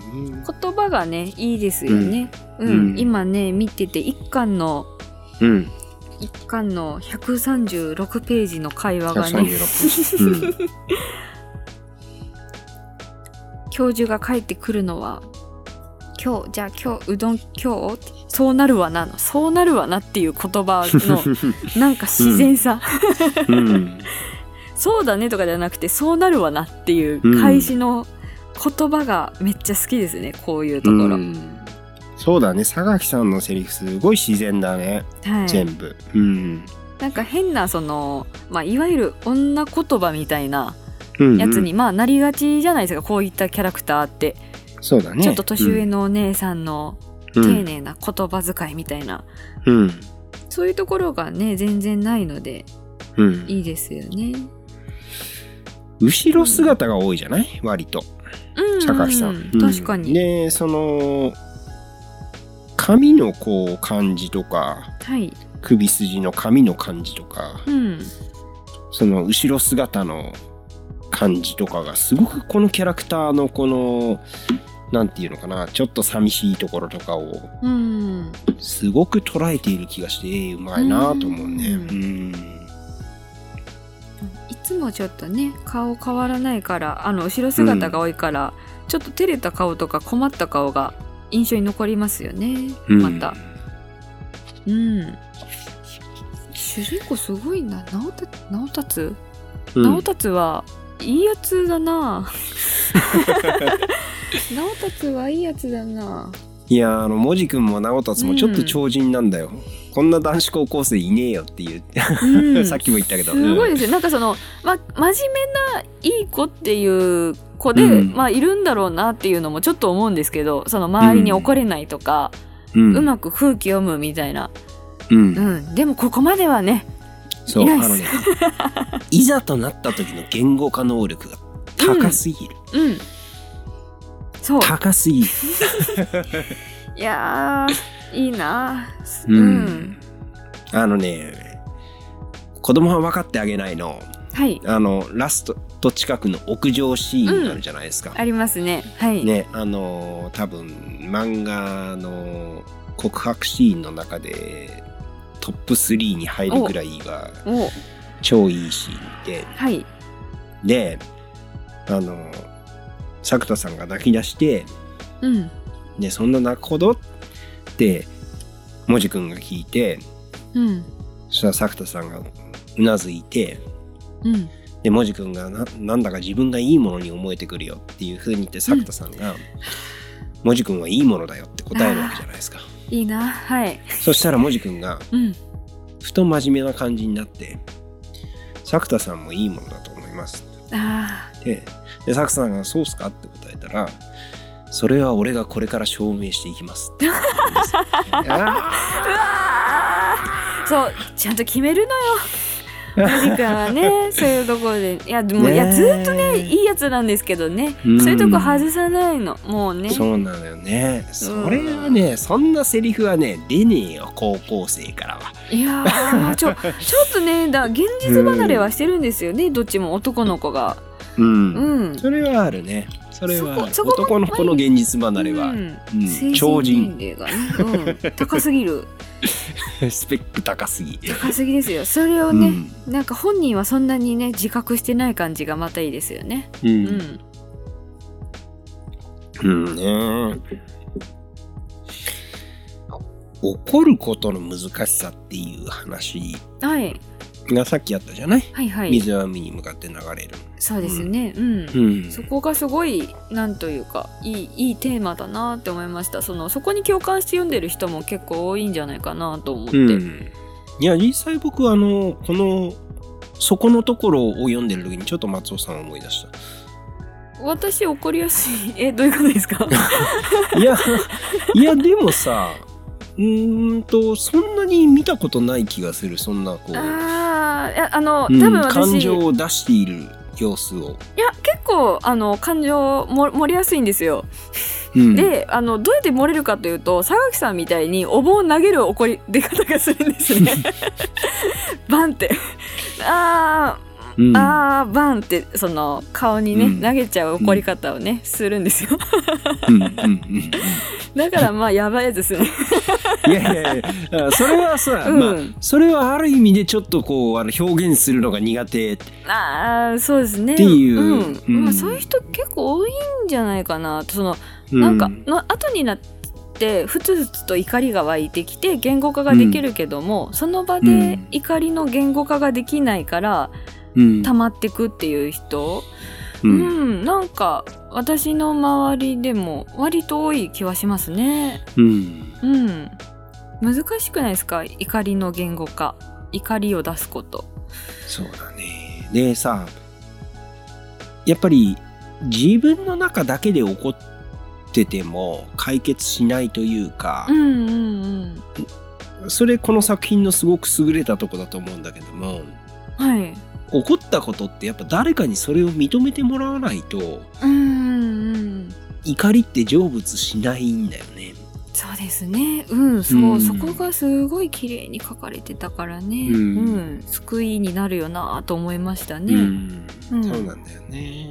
Speaker 2: 言葉がねいいですよね。うん。
Speaker 1: うん
Speaker 2: 今ね見てて一巻の
Speaker 1: うん
Speaker 2: 一巻の136ページの会話がね、
Speaker 1: 136うん
Speaker 2: 教授が帰ってくるのは。今日じゃあ今日うどん今日ってそうなるわなのそうなるわなっていう言 葉のなんか自然さ、
Speaker 1: うん
Speaker 2: そうだねとかじゃなくてそうなるわなっていう返しの言葉がめっちゃ好きですねこういうところ、
Speaker 1: うんそうだね榊さんのセリフすごい自然だね、
Speaker 2: はい、
Speaker 1: 全部うん
Speaker 2: なんか変なその、まあ、いわゆる女言葉みたいな
Speaker 1: うんうん
Speaker 2: やつに、まあなりがちじゃないですかこういったキャラクターって、
Speaker 1: そうだね。
Speaker 2: ちょっと年上のお姉さんの
Speaker 1: うん、
Speaker 2: 丁寧な言葉遣いみたいな、
Speaker 1: うん。
Speaker 2: そういうところがね全然ないので
Speaker 1: うん。
Speaker 2: いいですよね。
Speaker 1: 後ろ姿が多いじゃない割と。
Speaker 2: うん、
Speaker 1: 榊さん。う
Speaker 2: 確かに、
Speaker 1: で、その、髪のこう感じとか、
Speaker 2: はい、
Speaker 1: 首筋の髪の感じとか、
Speaker 2: うん、
Speaker 1: その後ろ姿の感じとかがすごくこのキャラクターのこのなんていうのかなちょっと寂しいところとかを
Speaker 2: うん。
Speaker 1: すごく捉えている気がしてうまいなと思うね。
Speaker 2: う
Speaker 1: うん
Speaker 2: いつもちょっとね顔変わらないからあの後ろ姿が多いから、ちょっと照れた顔とか困った顔が印象に残りますよね、また。うん主人公すごいな直達直達
Speaker 1: うん
Speaker 2: 直達はいいやつ だな 直達はいいやつ だない
Speaker 1: やーあのもじくんも直達もちょっと超人なんだよ、こんな男子高校生いねえよっていう、
Speaker 2: うん
Speaker 1: さっきも言ったけど
Speaker 2: すごいですよなんかその、ま、真面目ないい子っていう子で、
Speaker 1: うん
Speaker 2: まあいるんだろうなっていうのもちょっと思うんですけどその周りに怒れないとか、
Speaker 1: うん
Speaker 2: うまく空気読むみたいな、
Speaker 1: うん
Speaker 2: うん、でもここまではね
Speaker 1: そう
Speaker 2: い
Speaker 1: あ
Speaker 2: ないっす
Speaker 1: のねいざとなった時の言語化能力が高すぎる、
Speaker 2: うんそう
Speaker 1: 高すぎる、
Speaker 2: いやーいいな
Speaker 1: う
Speaker 2: うんん、
Speaker 1: あのね子供は分かってあげないの
Speaker 2: はい
Speaker 1: あのラストと近くの屋上シーンがあるじゃないですか、
Speaker 2: ありますねはい、
Speaker 1: ねあのー多分漫画の告白シーンの中でトップ3に入るぐらいが
Speaker 2: お
Speaker 1: 超いいシーンで
Speaker 2: はい
Speaker 1: であのー作田さんが泣き出して
Speaker 2: うん
Speaker 1: 「でそんな泣くほど?」ってもじくんが聞いて
Speaker 2: うん
Speaker 1: そしたら作田さんがうなずいて
Speaker 2: うん
Speaker 1: でもじくんがななんだか自分がいいものに思えてくるよっていうふうに言って作田さんが「もじくんはいいものだよ」って答えるわけじゃないですか。
Speaker 2: いいなはい
Speaker 1: そしたらもじくんが
Speaker 2: うん
Speaker 1: ふと真面目な感じになって「作田さんもいいものだと思います」
Speaker 2: あ
Speaker 1: って言ってで作田さんが「そうっすか?」って答えたら「それは俺がこれから証明していきます」って言うんですよあ
Speaker 2: ーうわーそうちゃんと決めるのよマジカは ねそういうところでいやでも、
Speaker 1: ねえ
Speaker 2: いやずっとねいいやつなんですけどね、
Speaker 1: うん
Speaker 2: そういうとこ外さないのもうね
Speaker 1: ーそうなのよねそれはねそんなセリフはね出ねえよ高校生からは。
Speaker 2: い やーちょちょっとねだ現実離れはしてるんですよね、どっちも男の子が
Speaker 1: うん
Speaker 2: うん
Speaker 1: それはあるねそれはある
Speaker 2: そこそこ
Speaker 1: 男の子の現実離れはあ
Speaker 2: う
Speaker 1: る、
Speaker 2: ん
Speaker 1: うん
Speaker 2: 精神
Speaker 1: 超人
Speaker 2: 年齢がね、うん、高すぎる
Speaker 1: スペック高すぎ。
Speaker 2: 高すぎですよそれを
Speaker 1: う
Speaker 2: ね、
Speaker 1: ん
Speaker 2: なんか本人はそんなにね自覚してない感じがまたいいですよね
Speaker 1: う
Speaker 2: うんん
Speaker 1: うんね怒ることの難しさっていう話
Speaker 2: はい
Speaker 1: がさっきあったじゃない、
Speaker 2: はいはい
Speaker 1: 水は海に向かって流れる。
Speaker 2: そうですねうん、
Speaker 1: うん
Speaker 2: そこがすごいなんというかいいいいテーマだなって思いましたそのそこに共感して読んでる人も結構多いんじゃないかなと思って、
Speaker 1: うん、いや実際僕はあのこのそこのところを読んでる時にちょっと松尾さんを思い出した。
Speaker 2: 私怒りやすい えどういうことで すか
Speaker 1: いや、いや、でもさ、うーんと、そんなに見たことない気がする、そんな、こう、
Speaker 2: あーいやあの、
Speaker 1: うん
Speaker 2: 多分
Speaker 1: 感
Speaker 2: 私い
Speaker 1: 情
Speaker 2: や
Speaker 1: を出している様子を。
Speaker 2: 結構あの感情も盛りやすいんですよ、
Speaker 1: うん、
Speaker 2: であのどうやって盛れるかというと佐垣さんみたいにお盆投げる怒り出方がするんですね バンってあー
Speaker 1: うん、
Speaker 2: あーバンってその顔にね、
Speaker 1: うん
Speaker 2: 投げちゃう怒り方をね、するんですよ
Speaker 1: うん、うん、うん。
Speaker 2: だからまあやばいですね
Speaker 1: いやいやいや、あそれはさ、
Speaker 2: うん
Speaker 1: まあ、それはある意味でちょっとこう、あの表現するのが苦手って。
Speaker 2: ああそうですね
Speaker 1: っていうんうん
Speaker 2: まあ、そういう人結構多いんじゃないかなとその
Speaker 1: う
Speaker 2: なんかの後になってふつふつと怒りが湧いてきて言語化ができるけども、その場
Speaker 1: う
Speaker 2: で
Speaker 1: ん
Speaker 2: 怒りの言語化ができないから
Speaker 1: うん、
Speaker 2: 溜まってくっていう人
Speaker 1: う、
Speaker 2: うんん、なんか私の周りでも割と多い気はしますね
Speaker 1: うん。
Speaker 2: うん難しくないですか怒りの言語化怒りを出すこと
Speaker 1: そうだね。でさ、やっぱり自分の中だけで起こってても解決しないというか
Speaker 2: う、んうんうん
Speaker 1: それこの作品のすごく優れたとこだと思うんだけども、
Speaker 2: はい
Speaker 1: 起こったことってやっぱ誰かにそれを認めてもらわないと、
Speaker 2: うんうんうん
Speaker 1: 怒りって成仏しないんだよね。
Speaker 2: そうですねうんそう、
Speaker 1: うん
Speaker 2: そこがすごい綺麗に描かれてたからね、
Speaker 1: う
Speaker 2: うんん救いになるよなと思いました
Speaker 1: う
Speaker 2: ね、
Speaker 1: ん
Speaker 2: うん
Speaker 1: そうなんだよね。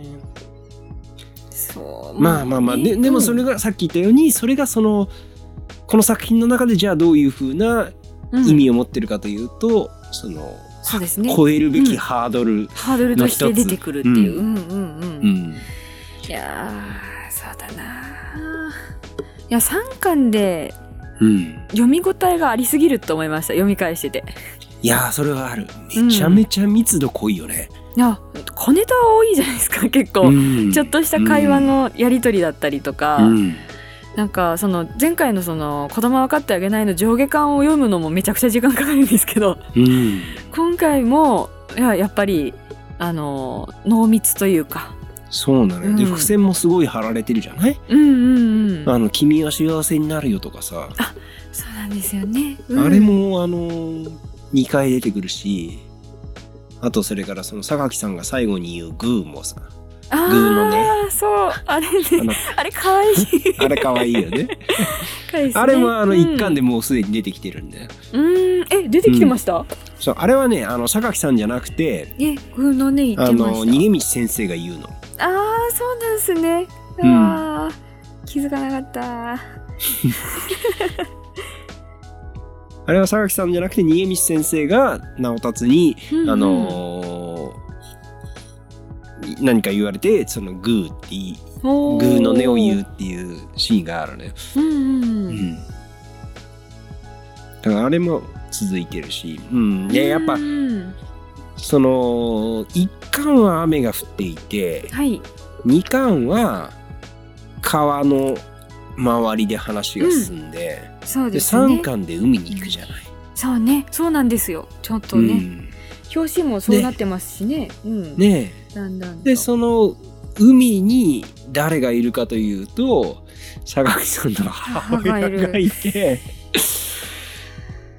Speaker 2: そう
Speaker 1: まあまあまあ、で
Speaker 2: ね
Speaker 1: でもそれがさっき言ったように、それがそのこの作品の中でじゃあどういうふうな
Speaker 2: うん
Speaker 1: 意味を持ってるかというと、その
Speaker 2: そうですね
Speaker 1: 超えるべきハードル、
Speaker 2: ハードルとして出てくるっていう、
Speaker 1: う
Speaker 2: うん、うんうん
Speaker 1: うん
Speaker 2: いやーそうだないや3巻で
Speaker 1: うん
Speaker 2: 読み応えがありすぎると思いました読み返してて
Speaker 1: いやーそれはあるめちゃめちゃ密度濃いよね、
Speaker 2: いや小ネタ多いじゃないですか 結構、
Speaker 1: うん
Speaker 2: ちょっとした会話のやり取りだったりとか、
Speaker 1: うん
Speaker 2: なんかその前回のその「子供分かってあげない」の上下巻を読むのもめちゃくちゃ時間かかるんですけど
Speaker 1: うん
Speaker 2: 今回もいややっぱりあの濃密というか
Speaker 1: そうなのよ、で
Speaker 2: うん
Speaker 1: 伏線もすごい張られてるじゃない、
Speaker 2: うんうんうん
Speaker 1: あの君は幸せになるよとかさ、
Speaker 2: そうなんですよね、うん
Speaker 1: あれもあの2回出てくるしあとそれからその榊さんが最後に言うグーもさ
Speaker 2: あー
Speaker 1: グーのね
Speaker 2: そうあれ
Speaker 1: あ
Speaker 2: ね
Speaker 1: の
Speaker 2: あれ可愛い
Speaker 1: あれ可愛いよ ね
Speaker 2: 可愛いです ね
Speaker 1: あれもあの
Speaker 2: うん
Speaker 1: 1巻でもうすでに出てきてるんだよ、
Speaker 2: うんえ出てきてました、
Speaker 1: そうあれはねあの榊さんじゃなくて
Speaker 2: えグーのね言っ
Speaker 1: あ
Speaker 2: てま
Speaker 1: の
Speaker 2: し
Speaker 1: 逃げ道先生が言うの
Speaker 2: たああーそうなんですね
Speaker 1: うん
Speaker 2: あー気づかなかった
Speaker 1: あれは榊さんじゃなくて逃げ道先生が直達に
Speaker 2: うんうん
Speaker 1: あのー何か言われてそのグーっていグ
Speaker 2: お
Speaker 1: ーの音を言うっていうシーンがあるのよ、
Speaker 2: うんうん
Speaker 1: う
Speaker 2: うん
Speaker 1: ん、だからあれも続いてるし、うん、でやっぱ
Speaker 2: うん
Speaker 1: その1巻は雨が降っていて
Speaker 2: はい
Speaker 1: 2巻は川の周りで話が進んで,、
Speaker 2: そう
Speaker 1: で
Speaker 2: です
Speaker 1: 3
Speaker 2: ね
Speaker 1: 巻で海に行くじゃない。
Speaker 2: そうねそうなんですよちょっと
Speaker 1: う
Speaker 2: ね、
Speaker 1: ん
Speaker 2: 表紙もそうなってますしねうん
Speaker 1: ねえ
Speaker 2: だんだんと
Speaker 1: でその海に誰がいるかというと榊さんの母親がいて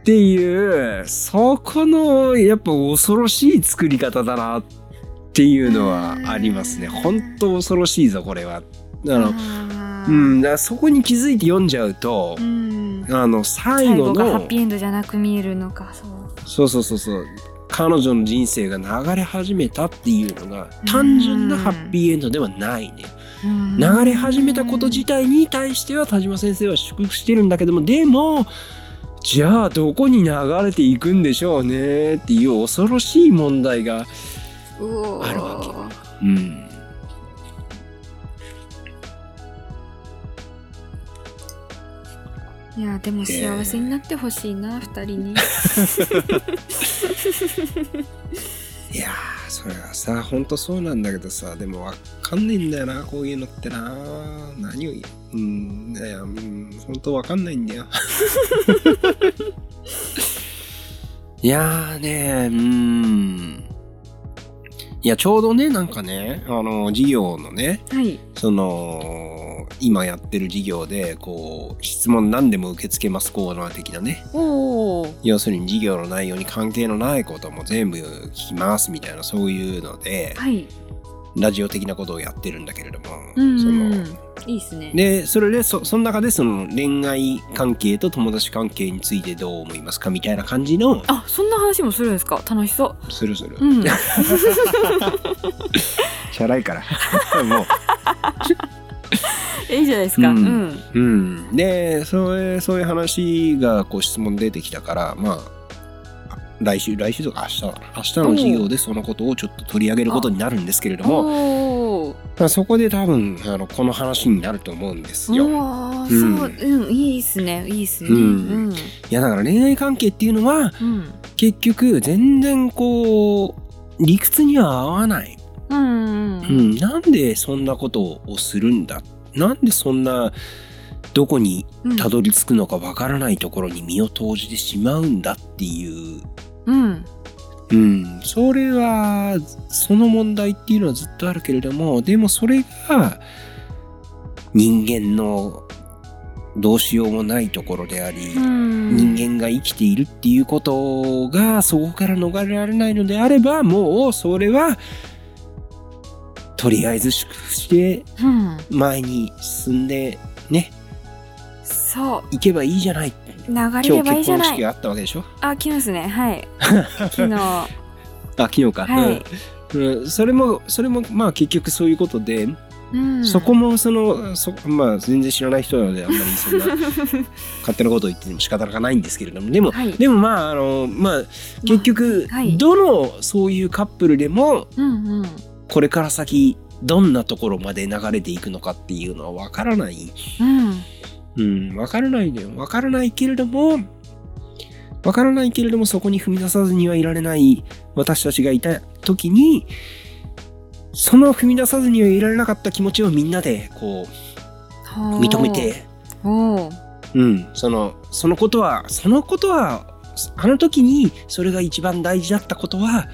Speaker 1: っていうそこのやっぱ恐ろしい作り方だなっていうのはありますね本当恐ろしいぞこれは。あの
Speaker 2: あ
Speaker 1: う
Speaker 2: ー
Speaker 1: ん、だからそこに気づいて読んじゃうと
Speaker 2: う、ん
Speaker 1: あの最
Speaker 2: 最
Speaker 1: 後
Speaker 2: 後がハッ
Speaker 1: の
Speaker 2: ピーエンドじゃなく見えるのかそう
Speaker 1: そうそうそうそう彼女の人生が流れ始めたっていうのが単純なハッピーエンドではないね。
Speaker 2: うん
Speaker 1: 流れ始めたこと自体に対しては田島先生は祝福してるんだけどもでもじゃあどこに流れていくんでしょうねっていう恐ろしい問題が、
Speaker 2: うおー
Speaker 1: あるわけうん、
Speaker 2: いやでも幸せになってほしいな、二人に
Speaker 1: いやーそれはさほんとそうなんだけどさでもわかんないんだよなこういうのってな何を言ううんいやうんほんとわかんないんだよ いやーねうんいやちょうどねなんかねあの授業のね
Speaker 2: はい
Speaker 1: その今やってる授業でこう質問何でも受け付けますコーナー的なね
Speaker 2: おお
Speaker 1: 要するに授業の内容に関係のないことも全部聞きますみたいなそういうので
Speaker 2: はい
Speaker 1: ラジオ的なことをやってるんだけれども、
Speaker 2: うん
Speaker 1: そ
Speaker 2: うん
Speaker 1: の
Speaker 2: うんいいっすね
Speaker 1: でそれでそその中でその恋愛関係と友達関係についてどう思いますかみたいな感じの
Speaker 2: あそんな話もするんですか楽しそう
Speaker 1: するする、
Speaker 2: うん
Speaker 1: チャラいから もう
Speaker 2: いいじゃないですか
Speaker 1: う
Speaker 2: うんん、
Speaker 1: うん、でそういうそういう話がこう質問出てきたからまああ来週来週とか明日だな明日の授業でそのことをちょっと取り上げることになるんですけれども
Speaker 2: おー
Speaker 1: まあそこで多分あのこの話になると思うんです
Speaker 2: う
Speaker 1: よ。
Speaker 2: わー
Speaker 1: うん
Speaker 2: そううんいいっすねいいっすね
Speaker 1: う
Speaker 2: うんん
Speaker 1: いやだから恋愛関係っていうのは
Speaker 2: うん
Speaker 1: 結局全然こう理屈には合わない、
Speaker 2: うんうん
Speaker 1: う
Speaker 2: うん
Speaker 1: ん、なんでそんなことをするんだなんでそんなどこに
Speaker 2: うん
Speaker 1: たどり着くのかわからないところに身を投じてしまうんだっていう
Speaker 2: うん
Speaker 1: うん、それはその問題っていうのはずっとあるけれどもでもそれが人間のどうしようもないところであり、
Speaker 2: うん
Speaker 1: 人間が生きているっていうことがそこから逃れられないのであればもうそれはとりあえず祝福して
Speaker 2: うん
Speaker 1: 前に進んでね
Speaker 2: そ
Speaker 1: 行けばいいじゃない。
Speaker 2: う流れ
Speaker 1: 今
Speaker 2: れ
Speaker 1: 日
Speaker 2: ばいい
Speaker 1: 結
Speaker 2: じ
Speaker 1: 婚
Speaker 2: ゃな
Speaker 1: 式
Speaker 2: い
Speaker 1: があったわけでしょ
Speaker 2: あ昨日ですねはい 昨日
Speaker 1: あ、
Speaker 2: は
Speaker 1: 昨日か。
Speaker 2: い、
Speaker 1: うんうん。それも、それも、まあ結局そういうことで、
Speaker 2: うん、
Speaker 1: そこもそのそまあ全然知らない人なのであんまりそ んな勝手なことを言っても仕方がないんですけれどもでも、
Speaker 2: はい
Speaker 1: でもまああのまあ結局、
Speaker 2: まあはい
Speaker 1: どのそういうカップルでも
Speaker 2: うんうん
Speaker 1: これから先どんなところまで流れていくのかっていうのは分からない、
Speaker 2: うん
Speaker 1: うん、分からないのよ分からないけれども分からないけれどもそこに踏み出さずにはいられない私たちがいた時にその踏み出さずにはいられなかった気持ちをみんなでこう
Speaker 2: ほう
Speaker 1: 認めて
Speaker 2: おう
Speaker 1: うん、そのそのことはそのことはあの時にそれが一番大事だったことは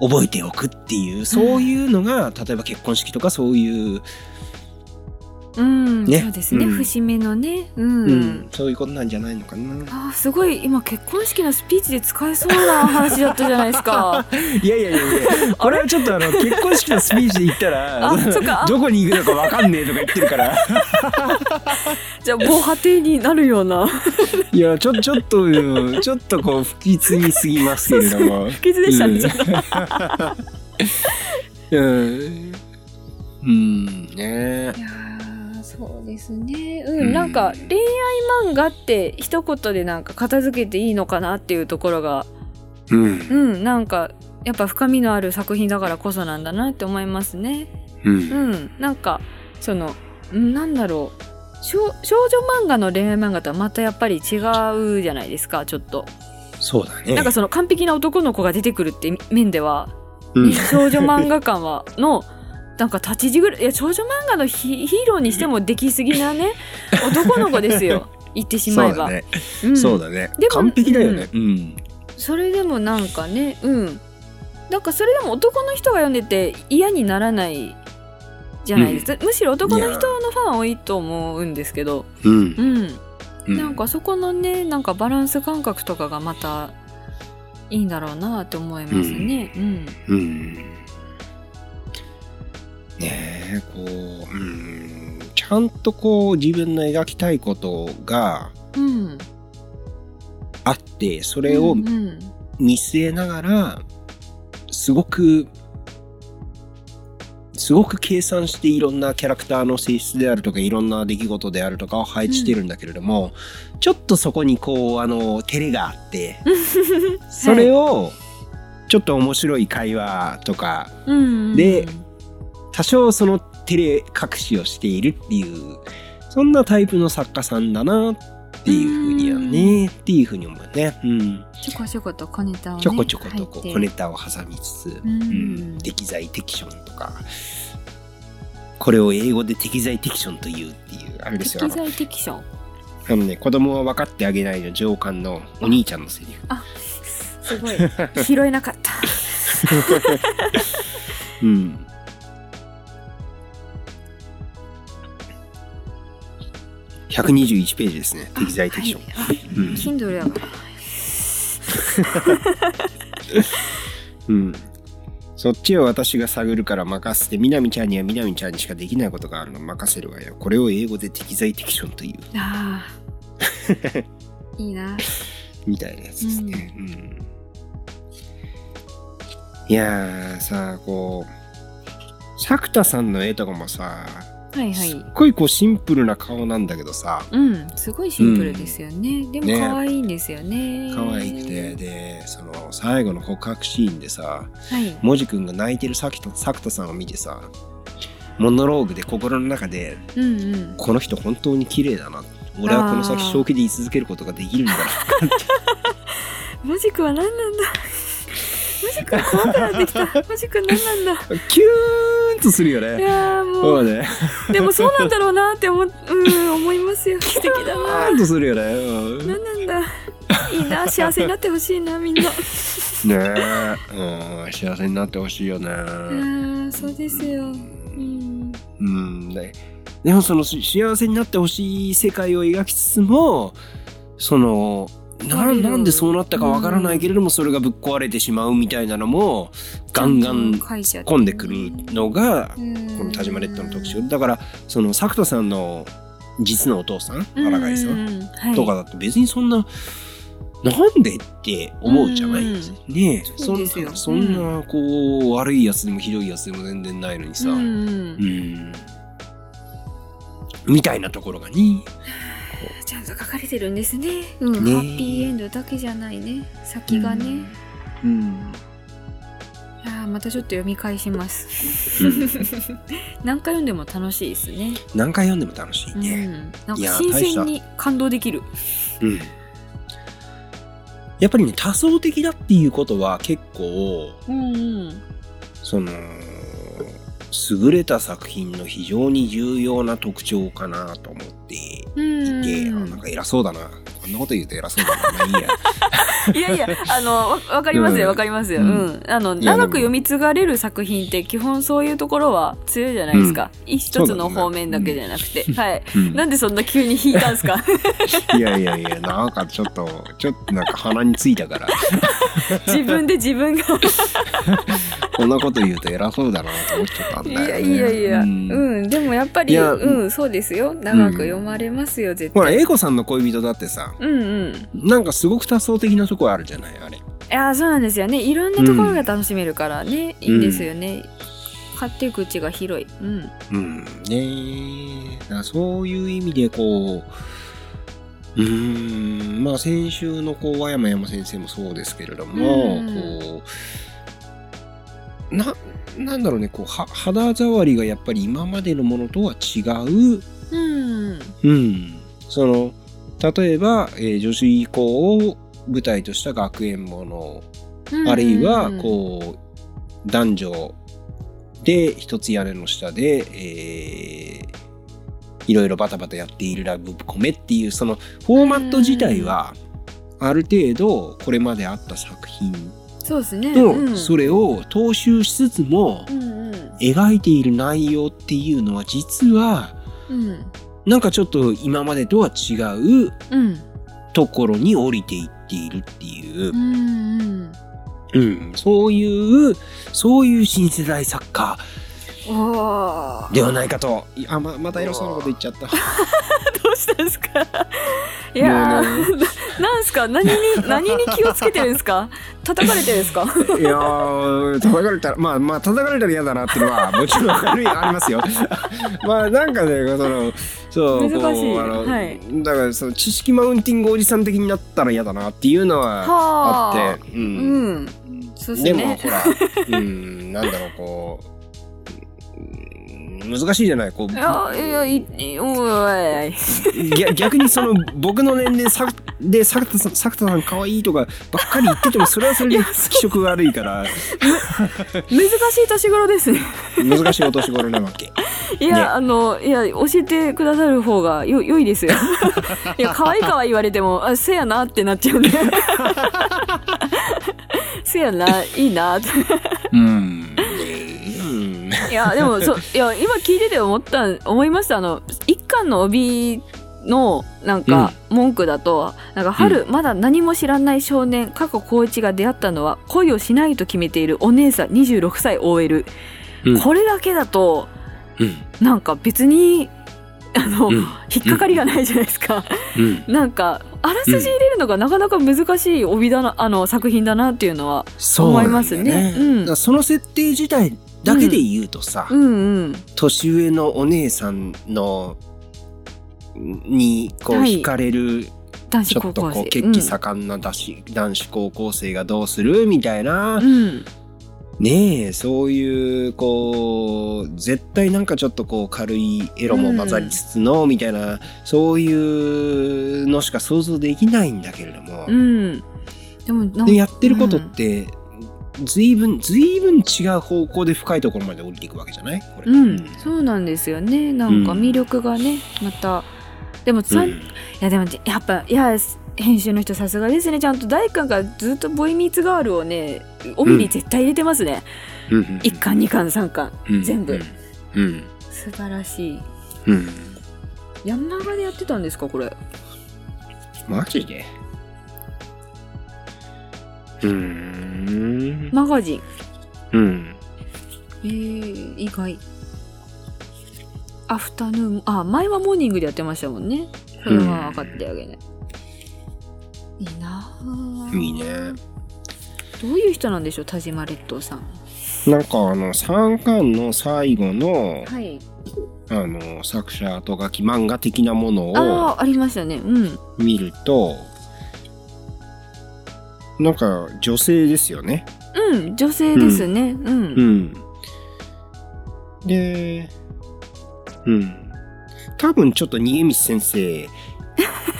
Speaker 1: 覚えておくっていうそういうのが、例えば結婚式とかそういう、
Speaker 2: うん、
Speaker 1: ね
Speaker 2: そうですね、
Speaker 1: うん
Speaker 2: 節目のねうん、
Speaker 1: うんそういうことなんじゃないのかな。
Speaker 2: あーすごい今結婚式のスピーチで使えそうな話だったじゃないです か
Speaker 1: いやいやいやい やこれはちょっとあの結婚式のスピーチで言ったら
Speaker 2: あそっか
Speaker 1: どこに行くのかわかんねえとか言ってるから
Speaker 2: じゃあ防波堤になるようない
Speaker 1: やちょちょっとうんちょっとこう不吉にすぎますけれど も。
Speaker 2: 不吉でしたね、ちょっと
Speaker 1: うん、うんね
Speaker 2: いやーそうですね
Speaker 1: う
Speaker 2: うんんなんか恋愛漫画って一言でなんか片付けていいのかなっていうところが
Speaker 1: うん
Speaker 2: うんなんかやっぱ深みのある作品だからこそなんだなって思いますね
Speaker 1: うん
Speaker 2: うんなんかそのうんなんだろう少少女漫画の恋愛漫画とはまたやっぱり違うじゃないですかちょっと
Speaker 1: そうだね。
Speaker 2: なんかその完璧な男の子が出てくるって面では
Speaker 1: うん
Speaker 2: 少女漫画館は のなんか立ち時ぐらいいや少女漫画のヒヒーローにしてもできすぎな ね男の子ですよ言ってしまえば
Speaker 1: そうだね。
Speaker 2: ん
Speaker 1: そうだね
Speaker 2: でも
Speaker 1: 完璧だよね。うん。
Speaker 2: それでもなんかねうんなんかそれでも男の人が読んでて嫌にならないじゃないですか、むしろ男の人のファン多いと思うんですけど
Speaker 1: うん
Speaker 2: う。ん、なんかそこのねなんかバランス感覚とかがまたいいんだろうなって思いますねうん、
Speaker 1: うん。ねえ、こう、うん。ちゃんとこう自分の描きたいことが
Speaker 2: うん、こ
Speaker 1: あって、それを
Speaker 2: うんうん
Speaker 1: 見据えながら、すごく、すごく計算していろんなキャラクターの性質であるとかいろんな出来事であるとかを配置してるんだけれども、ちょっとそこにこうあの照れがあ ってそれをちょっと面白い会話とか
Speaker 2: うんうんうん
Speaker 1: で多少その照れ隠しをしているっていうそんなタイプの作家さんだなっていうふうにはねっていうふうに思うね。うん
Speaker 2: ちょこちょこと小ネタを、ね、
Speaker 1: ちょこちょことこう小
Speaker 2: 入って
Speaker 1: ネタを挟みつつ、
Speaker 2: ん
Speaker 1: うん適材適所とかこれを英語で適材適所というっていうあれですよあ
Speaker 2: 適
Speaker 1: の
Speaker 2: 材適所
Speaker 1: あのね子供は分かってあげないの上官のお兄ちゃんのセリフ、
Speaker 2: すごい拾えなかった
Speaker 1: うん、121ページですね適材適所、
Speaker 2: はい Kindle やから
Speaker 1: うん、うん、そっちを私が探るから任せてみなみちゃんにはみなみちゃんにしかできないことがあるの任せるわよこれを英語で適材適所という
Speaker 2: あ ーいいな
Speaker 1: みたいなやつですね。うんいやーさあこう作田さんの絵とかもさ、
Speaker 2: はいは
Speaker 1: すっ
Speaker 2: い
Speaker 1: ごいこうシンプルな顔なんだけどさ
Speaker 2: うんすごいシンプルですよね、でも
Speaker 1: ね
Speaker 2: 可愛いんですよね
Speaker 1: 可愛くてでその最後の告白シーンでさ
Speaker 2: はい
Speaker 1: もじくんが泣いてる作田作田さんを見てさモノローグで心の中で
Speaker 2: うんうん
Speaker 1: この人本当に綺麗だな俺はこの先
Speaker 2: あー
Speaker 1: 正気で居続けることができるんだな
Speaker 2: マジックは何なんだ マジックは怖くなって きたマジックは何なんだ
Speaker 1: キューンとするよ
Speaker 2: い
Speaker 1: ね。
Speaker 2: やーも
Speaker 1: そう
Speaker 2: う
Speaker 1: ね。
Speaker 2: でもそうなんだろうなって思,、うん、思いま すよ奇跡だ
Speaker 1: キ
Speaker 2: な
Speaker 1: ューンとするよね。うん
Speaker 2: なんなんだいいな幸せになってほしいなみんな
Speaker 1: ねえ、うん、幸せになってほしいよね。
Speaker 2: うんそうですようん
Speaker 1: うん、ね。でもそのし幸せになってほしい世界を描きつつも、その、な
Speaker 2: あるよ
Speaker 1: なんでそうなったかわからないけれども、それがぶっ壊れてしまうみたいなのも、ガンガン
Speaker 2: 突
Speaker 1: 込んでくるのが、
Speaker 2: こ
Speaker 1: この田島列島の特徴。だから、その、作田さんの実のお父さん
Speaker 2: うんうん
Speaker 1: 荒貝さん
Speaker 2: うんはい
Speaker 1: とかだと別にそんな、なんでって思うじゃないですねえ
Speaker 2: そ
Speaker 1: そ
Speaker 2: うんですよ
Speaker 1: なそんなこう悪いやつでもひどいやつでも全然ないのにさ、
Speaker 2: うん
Speaker 1: うん、
Speaker 2: うん
Speaker 1: みたいなところがね
Speaker 2: ちゃんと書かれてるんですね,、うん、
Speaker 1: ね
Speaker 2: ハッピーエンドだけじゃないね先がね、
Speaker 1: うん
Speaker 2: あーまたちょっと読み返します、
Speaker 1: う
Speaker 2: 何回読んでも楽しいですね、
Speaker 1: 何回読んでも楽しいうね、
Speaker 2: ん、なんか
Speaker 1: いや
Speaker 2: 新鮮に感動できる
Speaker 1: うんやっぱりね多層的だっていうことは結構
Speaker 2: うんうん
Speaker 1: その優れた作品の非常に重要な特徴かなと思っていて、
Speaker 2: うん
Speaker 1: あなんか偉そうだなこんなこと言うと偉そうだな、ま あいいや
Speaker 2: いやいやあのわわかります
Speaker 1: う
Speaker 2: よ
Speaker 1: ん
Speaker 2: わかりますよ、う
Speaker 1: うん
Speaker 2: んあの
Speaker 1: いやでも
Speaker 2: 長く読み継がれる作品って基本そういうところは強いじゃないですか、一つの
Speaker 1: そうだね
Speaker 2: 方面だけじゃなくて、はい
Speaker 1: うん
Speaker 2: なんでそんな急に引いたんです か
Speaker 1: いやいやいやなんかちょっとちょっとなんか鼻についたから
Speaker 2: 自分で自分が
Speaker 1: こんなこと言うと偉そうだなと思っちゃったんだ
Speaker 2: い
Speaker 1: よ、ね、
Speaker 2: やいやいや、う
Speaker 1: うん
Speaker 2: ん、でもやっぱり
Speaker 1: いや
Speaker 2: うんそうですよ長く読まれますよ、絶
Speaker 1: ほら
Speaker 2: 対
Speaker 1: 英子さんの恋人だってさ
Speaker 2: うんうん
Speaker 1: なんかすごく多層的なとこあるじゃないあれ
Speaker 2: いやそうなんですよねいろんなところが楽しめるからね、いいんですよね買っていく口が広いうん
Speaker 1: うんねえだからそういう意味でこううーんまあ先週のこう和山山先生もそうですけれども、
Speaker 2: うん
Speaker 1: こうななんだろうねこうは肌触りがやっぱり今までのものとは違う
Speaker 2: うん
Speaker 1: うん、その例えば、えー女子以降を舞台とした学園もの、あるいはこう男女で一つ屋根の下で、えーいろいろバタバタやっているラブコメっていうそのフォーマット自体はある程度これまであった作品
Speaker 2: うんそうですねう
Speaker 1: と
Speaker 2: ん
Speaker 1: それを踏襲しつつも
Speaker 2: うんうん
Speaker 1: 描いている内容っていうのは実は
Speaker 2: うん
Speaker 1: なんかちょっと今までとは違う
Speaker 2: うん
Speaker 1: ところに降りていっているっていう
Speaker 2: う、んうん
Speaker 1: うん、そういうそういう新世代作家
Speaker 2: おー
Speaker 1: ではないかといあままた偉そうなこと言っちゃった
Speaker 2: どうしたんですかいやー、なんすか何に何に気をつけてるんですか叩かれてるんですか
Speaker 1: いやー叩かれたらまあまあ叩かれたら嫌だなっていうのはもちろんあるありますよ まあなんかねそのそう
Speaker 2: 難しい
Speaker 1: こうあの、
Speaker 2: はい
Speaker 1: だからその知識マウンティングおじさん的になったら嫌だなっていうのは
Speaker 2: は
Speaker 1: あってう
Speaker 2: うんんそうっすね
Speaker 1: でもほ ら、うん、なんだろうこううん難しいじゃないこう
Speaker 2: いやいやいいおい
Speaker 1: 逆逆にその僕の年齢さで作田さん作田さん可愛いとかばっかり言っててもそれはそれで気色悪いから
Speaker 2: 難しい年頃ですね
Speaker 1: 難しいお年頃なわけ。
Speaker 2: いや、
Speaker 1: ね
Speaker 2: あのいや教えてくださる方がよ良いですよいや可愛い可愛い言われてもあせやなってなっちゃうんでせやないいなって
Speaker 1: うん。うん。
Speaker 2: いやでもそ いや今聞いてて思ったん思いましたあの一巻の帯のなんか文句だと、なんか春、まだ何も知らない少年過去光一が出会ったのは恋をしないと決めているお姉さん26歳 OL、
Speaker 1: うん
Speaker 2: これだけだと
Speaker 1: うん。
Speaker 2: なんか別にあの、
Speaker 1: うん
Speaker 2: 引っかかりがないじゃないですか、
Speaker 1: うん。
Speaker 2: なんかあらすじ入れるのがなかなか難しい帯だな、あの作品だなっていうのは
Speaker 1: そうなんだよ
Speaker 2: 思いますねうん
Speaker 1: だからその設定自体だけで言うとさ、
Speaker 2: うんうん
Speaker 1: 年上のお姉さんのにこう
Speaker 2: はい
Speaker 1: 惹かれる
Speaker 2: 男
Speaker 1: ち
Speaker 2: 子
Speaker 1: ょ
Speaker 2: 高
Speaker 1: っと
Speaker 2: 校
Speaker 1: こ
Speaker 2: 生
Speaker 1: う血気盛んな男子,、男子高校生がどうするみたいな
Speaker 2: う、ん
Speaker 1: ねえそういうこう絶対なんかちょっとこう軽いエロも混ざりつつの、みたいなそういうのしか想像できないんだけれども、
Speaker 2: うんでもなん
Speaker 1: でやってることって、随分随分違う方向で深いところまで降りていくわけじゃないこれ、
Speaker 2: うん、そうなんですよねなんか
Speaker 1: うん
Speaker 2: 魅力がねまたでもさ、
Speaker 1: うん
Speaker 2: いやでもやっぱいや編集の人さすがですねちゃんと大君がずっとボイミーツガールをね帯に絶対入れてますね、
Speaker 1: うんうん
Speaker 2: 一1巻2巻3巻
Speaker 1: うん
Speaker 2: 全部
Speaker 1: うん
Speaker 2: 素晴らしい
Speaker 1: うん
Speaker 2: 山マガでやってたんですかこれ
Speaker 1: マジでうーん
Speaker 2: マガジン
Speaker 1: うん
Speaker 2: えー、意外アフタヌーンあ前はモーニングでやってましたもんねそれは分かってあげない、いいなあ
Speaker 1: いいね
Speaker 2: どういう人なんでしょう田島列島さん
Speaker 1: なんかあの3巻の最後の
Speaker 2: はい
Speaker 1: あの作者後書き漫画的なものを
Speaker 2: ああありましたねうん
Speaker 1: 見るとなんか女性ですよね。
Speaker 2: うん女性ですねうん、
Speaker 1: うん、でうん多分ちょっと逃げ道先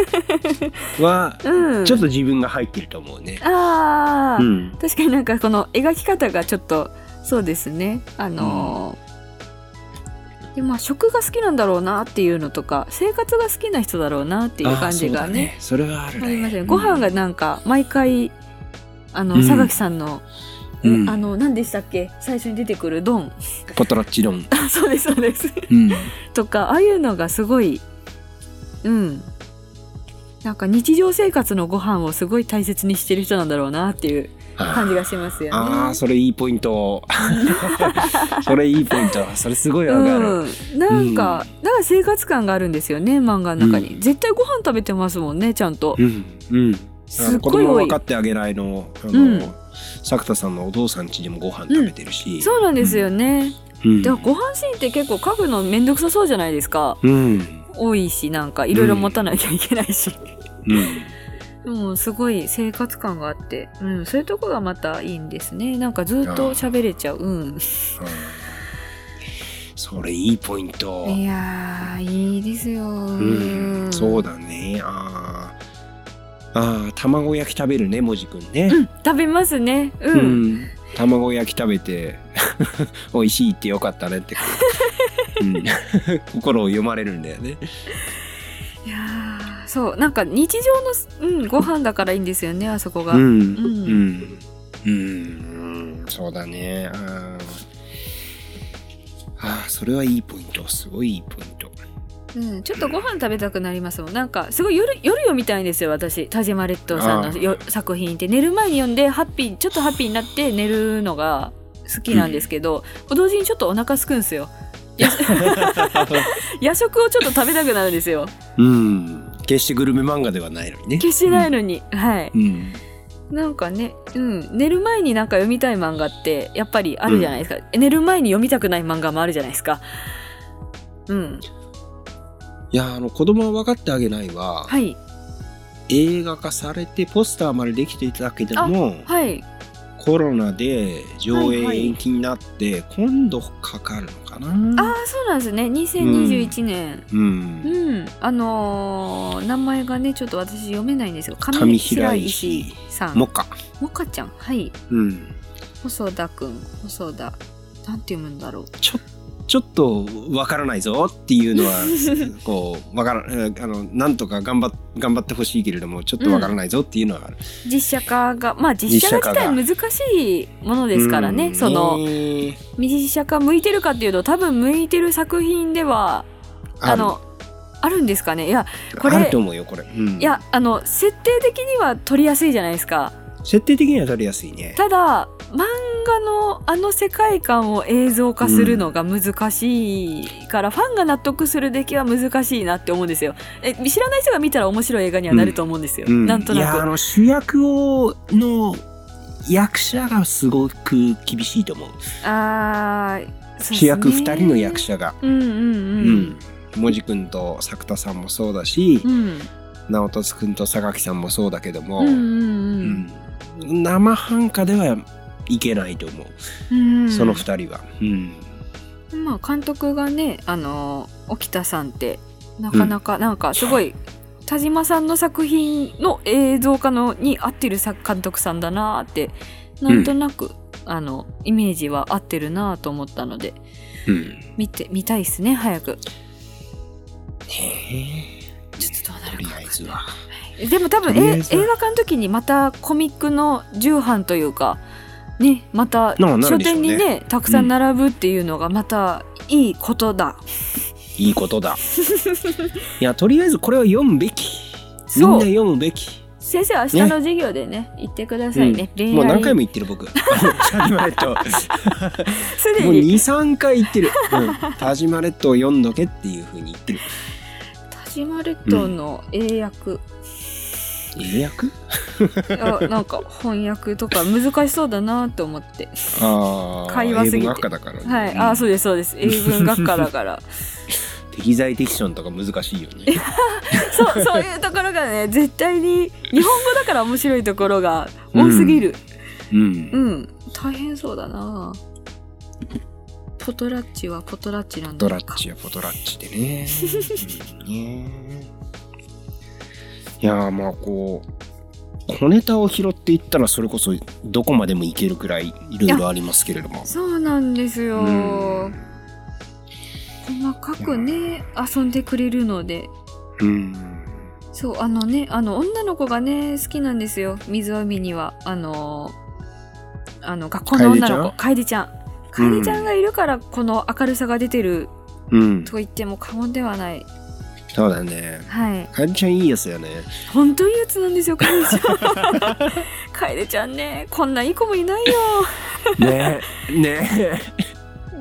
Speaker 1: 生は
Speaker 2: うん
Speaker 1: ちょっと自分が入ってると思うね。
Speaker 2: ああ、
Speaker 1: うん
Speaker 2: 確かになんかこの描き方がちょっとそうですねあのーでまあ食が好きなんだろうなっていうのとか生活が好きな人だろうなっていう感じがね
Speaker 1: あそうだねそれはある
Speaker 2: あ
Speaker 1: ね
Speaker 2: りますよねご飯がなんか毎回あの佐々木さんの、
Speaker 1: うん
Speaker 2: えあの何でしたっけ最初に出てくる丼
Speaker 1: ポトラッチ丼、
Speaker 2: あそうですそうです
Speaker 1: うん、
Speaker 2: とかああいうのがすごいうんなんか日常生活のご飯をすごい大切にしてる人なんだろうなっていう感じがしますよね。
Speaker 1: ああそれいいポイン トそれいいポイントそれすごいわかる、
Speaker 2: うん、なんか、だから生活感があるんですよね漫画の中に、
Speaker 1: う
Speaker 2: 絶対ご飯食べてますもんねちゃんと、
Speaker 1: うんうんあ
Speaker 2: すっ
Speaker 1: の子
Speaker 2: ごい
Speaker 1: 供
Speaker 2: 多
Speaker 1: 分
Speaker 2: い
Speaker 1: かってあげないのあの、
Speaker 2: うん
Speaker 1: 作田さんのお父さん家でもご飯食べてるし、
Speaker 2: そうなんですよね、
Speaker 1: うん
Speaker 2: でもご飯シーンって結構書くのめんどくさそうじゃないですか
Speaker 1: うん
Speaker 2: 多いしなんかいろいろ持たなきゃいけないし、
Speaker 1: うん
Speaker 2: でもすごい生活感があって、うん、そういうとこがまたいいんですねなんかずっと喋れちゃううん
Speaker 1: あーそれいいポイント、
Speaker 2: いやーいいですよ
Speaker 1: うんそううだねあーあー卵焼き食べるねもじくんね、
Speaker 2: 食べますねう、
Speaker 1: うんん、卵焼き食べて 美味しいってよかったねって、うん、 心を読まれるんだよね。
Speaker 2: いやーそうなんか日常の、うん、ご飯だからいいんですよねあそこが、
Speaker 1: うん
Speaker 2: う
Speaker 1: うんうんそうだね。あーあーそれはいいポイントすごいいいポイン ト。
Speaker 2: うん、ちょっとご飯食べたくなりますもんなんかすごい夜夜読みたいんですよ私田島列島さん
Speaker 1: あ
Speaker 2: の
Speaker 1: ー
Speaker 2: よ作品って寝る前に読んでハッピーちょっとハッピーになって寝るのが好きなんですけど、同時にちょっとお腹すくんですよ夜食をちょっと食べたくなるん ですよ
Speaker 1: うん決してグルメ漫画ではないのにね。
Speaker 2: 決してないのに、はい
Speaker 1: うん
Speaker 2: なんかね、うん、寝る前になんか読みたい漫画ってやっぱりあるじゃないですか、寝る前に読みたくない漫画もあるじゃないですかうん
Speaker 1: いやあの子供は分かってあげないは、
Speaker 2: はい
Speaker 1: 映画化されてポスターまでできていたけども、
Speaker 2: はい
Speaker 1: コロナで上映延期になって、今度かかるのか
Speaker 2: あ
Speaker 1: な
Speaker 2: あそうなんですね2021年、
Speaker 1: う
Speaker 2: うんん、あのー名前がねちょっと私読めないんですよ上
Speaker 1: 上
Speaker 2: 白
Speaker 1: 白
Speaker 2: 石
Speaker 1: 石
Speaker 2: さん
Speaker 1: も
Speaker 2: も
Speaker 1: っか
Speaker 2: かちゃんはい
Speaker 1: うん
Speaker 2: 細田くん細田なんて読むんだろう
Speaker 1: ちょっとわからないぞっていうのは こうわからえーあのなんとか頑張っ頑張ってほしいけれどもちょっとわからないぞっていうのはある、
Speaker 2: 実写化がまあ実写化自体難しいものですからね
Speaker 1: うん
Speaker 2: その
Speaker 1: ね
Speaker 2: 実写化向いてるかっていうと多分向いてる作品ではあ
Speaker 1: ある
Speaker 2: のあるんですかねいやこれ
Speaker 1: あると思うよこれ、うん
Speaker 2: いやあの設定的には撮りやすいじゃないですか
Speaker 1: 設定的には取りやすいね
Speaker 2: ただ漫画のあの世界観を映像化するのが難しいから、ファンが納得する出来は難しいなって思うんですよえ知らない人が見たら面白い映画にはなると思うんですよ、
Speaker 1: う
Speaker 2: なんと
Speaker 1: いやあ
Speaker 2: な
Speaker 1: の主役をの役者がすごく厳しいと思う
Speaker 2: くあーそうですね
Speaker 1: 主役2人の役者が
Speaker 2: うん
Speaker 1: う
Speaker 2: うんうん
Speaker 1: んもじくんと作田さんもそうだし、
Speaker 2: うん
Speaker 1: 直人くんと榊さんもそうだけども、
Speaker 2: うんうんうん
Speaker 1: うん生半可ではいけないと思う、
Speaker 2: うん
Speaker 1: その2人は、うん
Speaker 2: まあ監督がねあの沖田さんってなかなか、なんかすごい田島さんの作品の映像化のに合ってる作監督さんだなーってなんとなく、あのイメージは合ってるなーと思ったので
Speaker 1: うん
Speaker 2: 見て見たいですね早く
Speaker 1: へえ
Speaker 2: ちょっとどうな
Speaker 1: と
Speaker 2: る
Speaker 1: り
Speaker 2: か
Speaker 1: あえずは
Speaker 2: でも多分
Speaker 1: とりあ
Speaker 2: え
Speaker 1: えずは
Speaker 2: 映画化の時にまたコミックの重版というかねまた
Speaker 1: なな
Speaker 2: 書
Speaker 1: るでしょう
Speaker 2: 店
Speaker 1: ね
Speaker 2: にねたくさん並ぶっていうのがまたいいこ とだ、
Speaker 1: いいことだいやとりあえずこれは読むべきみんな
Speaker 2: そう
Speaker 1: 読むべき
Speaker 2: 先生、明日の授業でね、言ってくださいね。
Speaker 1: うん
Speaker 2: 恋愛
Speaker 1: もう何回も言ってる僕あの田島列 島
Speaker 2: すで
Speaker 1: もう
Speaker 2: に
Speaker 1: 23回言ってる、うん、田島列島読んどけっていう風に言ってる
Speaker 2: 田島列島の英訳、
Speaker 1: 英訳
Speaker 2: いやなんか翻訳とか難しそうだなと思って
Speaker 1: ああ
Speaker 2: 会話すぎて
Speaker 1: 英語学科だからね、
Speaker 2: はい、
Speaker 1: うん
Speaker 2: あそうですそうです英文学科だから
Speaker 1: 適材適所のとか難しいよ ね
Speaker 2: そうそういうところがね絶対に日本語だから面白いところが多すぎる
Speaker 1: うん、
Speaker 2: うん、大変そうだなポトラッチはポトラッチなん
Speaker 1: ポト
Speaker 2: だ
Speaker 1: ラ
Speaker 2: ろ
Speaker 1: ッ
Speaker 2: うか
Speaker 1: チやポトラッチでねうんねいやーまあこう小ネタを拾っていったらそれこそどこまでもいけるくらいいろいろありますけれども
Speaker 2: そうなんですよ、
Speaker 1: うん
Speaker 2: 細かくね遊んでくれるので
Speaker 1: うん
Speaker 2: そうあのねあの女の子がね好きなんですよ水を海にはあのあの学校の女の子楓ちゃん楓ちゃんがいるからこの明るさが出てる
Speaker 1: うん
Speaker 2: と言っても過言ではない、
Speaker 1: そうだね
Speaker 2: はい
Speaker 1: かえりちゃんいいやつ やね
Speaker 2: 本当いいやつなんですよ楓 ちゃん 楓ちゃんねこんないい子もいないよ
Speaker 1: ねね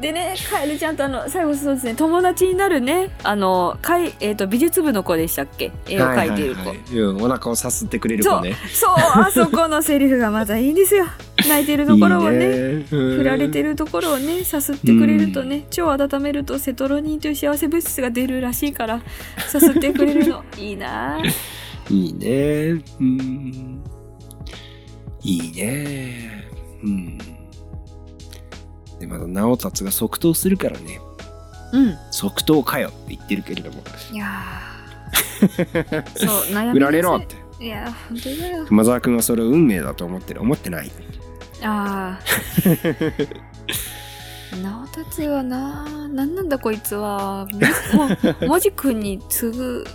Speaker 2: でね楓ちゃんとあの最後そうですね友達になるねあのかい、えー、と美術部の子でしたっけ絵を描いている子、
Speaker 1: はははうん、お腹をさすってくれる子ね
Speaker 2: そうあそこのセリフがまたいいんですよ泣いてるところをね振
Speaker 1: 振
Speaker 2: られてるところをねさすってくれるとね腸を温めるとセトロニンという幸せ物質が出るらしいからさすってくれ るのいいなあ
Speaker 1: いいねうんいいねうんでまだ直達が即答するからね
Speaker 2: うん
Speaker 1: 即答かよって言ってるけれども
Speaker 2: いやー そう悩み
Speaker 1: 振られろっ
Speaker 2: の
Speaker 1: て
Speaker 2: せいいやー本当だよ
Speaker 1: 熊沢君はそれを運命だと思ってる思ってない
Speaker 2: あ あ直達はななんなんだこい つはもももじくんに次ぐ、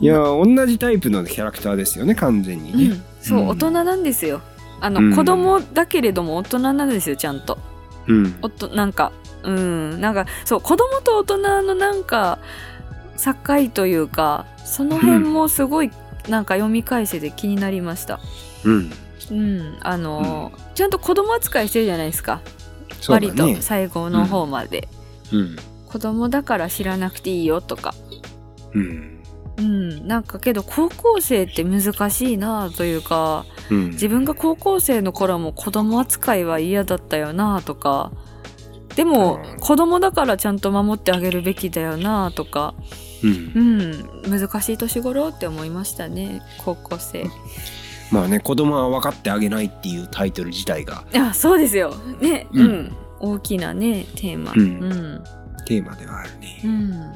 Speaker 1: いや同じタイプのキャラクターですよね完全
Speaker 2: う
Speaker 1: にね
Speaker 2: ん、そう、
Speaker 1: うん
Speaker 2: 大人なんですよあの、
Speaker 1: うん
Speaker 2: 子供だけれども大人なんですよちゃんと
Speaker 1: うん
Speaker 2: おっとなんかうんなんかそう子供と大人のなんか境というかその辺もすごいなんか読み返せて気になりました。
Speaker 1: うん
Speaker 2: うん、あのーちゃんと子供扱いしてるじゃないですか、
Speaker 1: そう
Speaker 2: 割
Speaker 1: だ
Speaker 2: と
Speaker 1: ね
Speaker 2: 最後の方まで、
Speaker 1: うん
Speaker 2: 子供だから知らなくていいよとか、
Speaker 1: うん
Speaker 2: うん、なんかけど高校生って難しいなというか
Speaker 1: うん
Speaker 2: 自分が高校生の頃も子供扱いは嫌だったよなとかでも
Speaker 1: うん
Speaker 2: 子供だからちゃんと守ってあげるべきだよなとか
Speaker 1: うん
Speaker 2: うん難しい年頃って思いましたね高校生
Speaker 1: まあね子供は分かってあげないっていうタイトル自体が
Speaker 2: いやそうですよね
Speaker 1: う
Speaker 2: うんん、大きなねテーマ
Speaker 1: うんテーマではあるね、
Speaker 2: うん、うん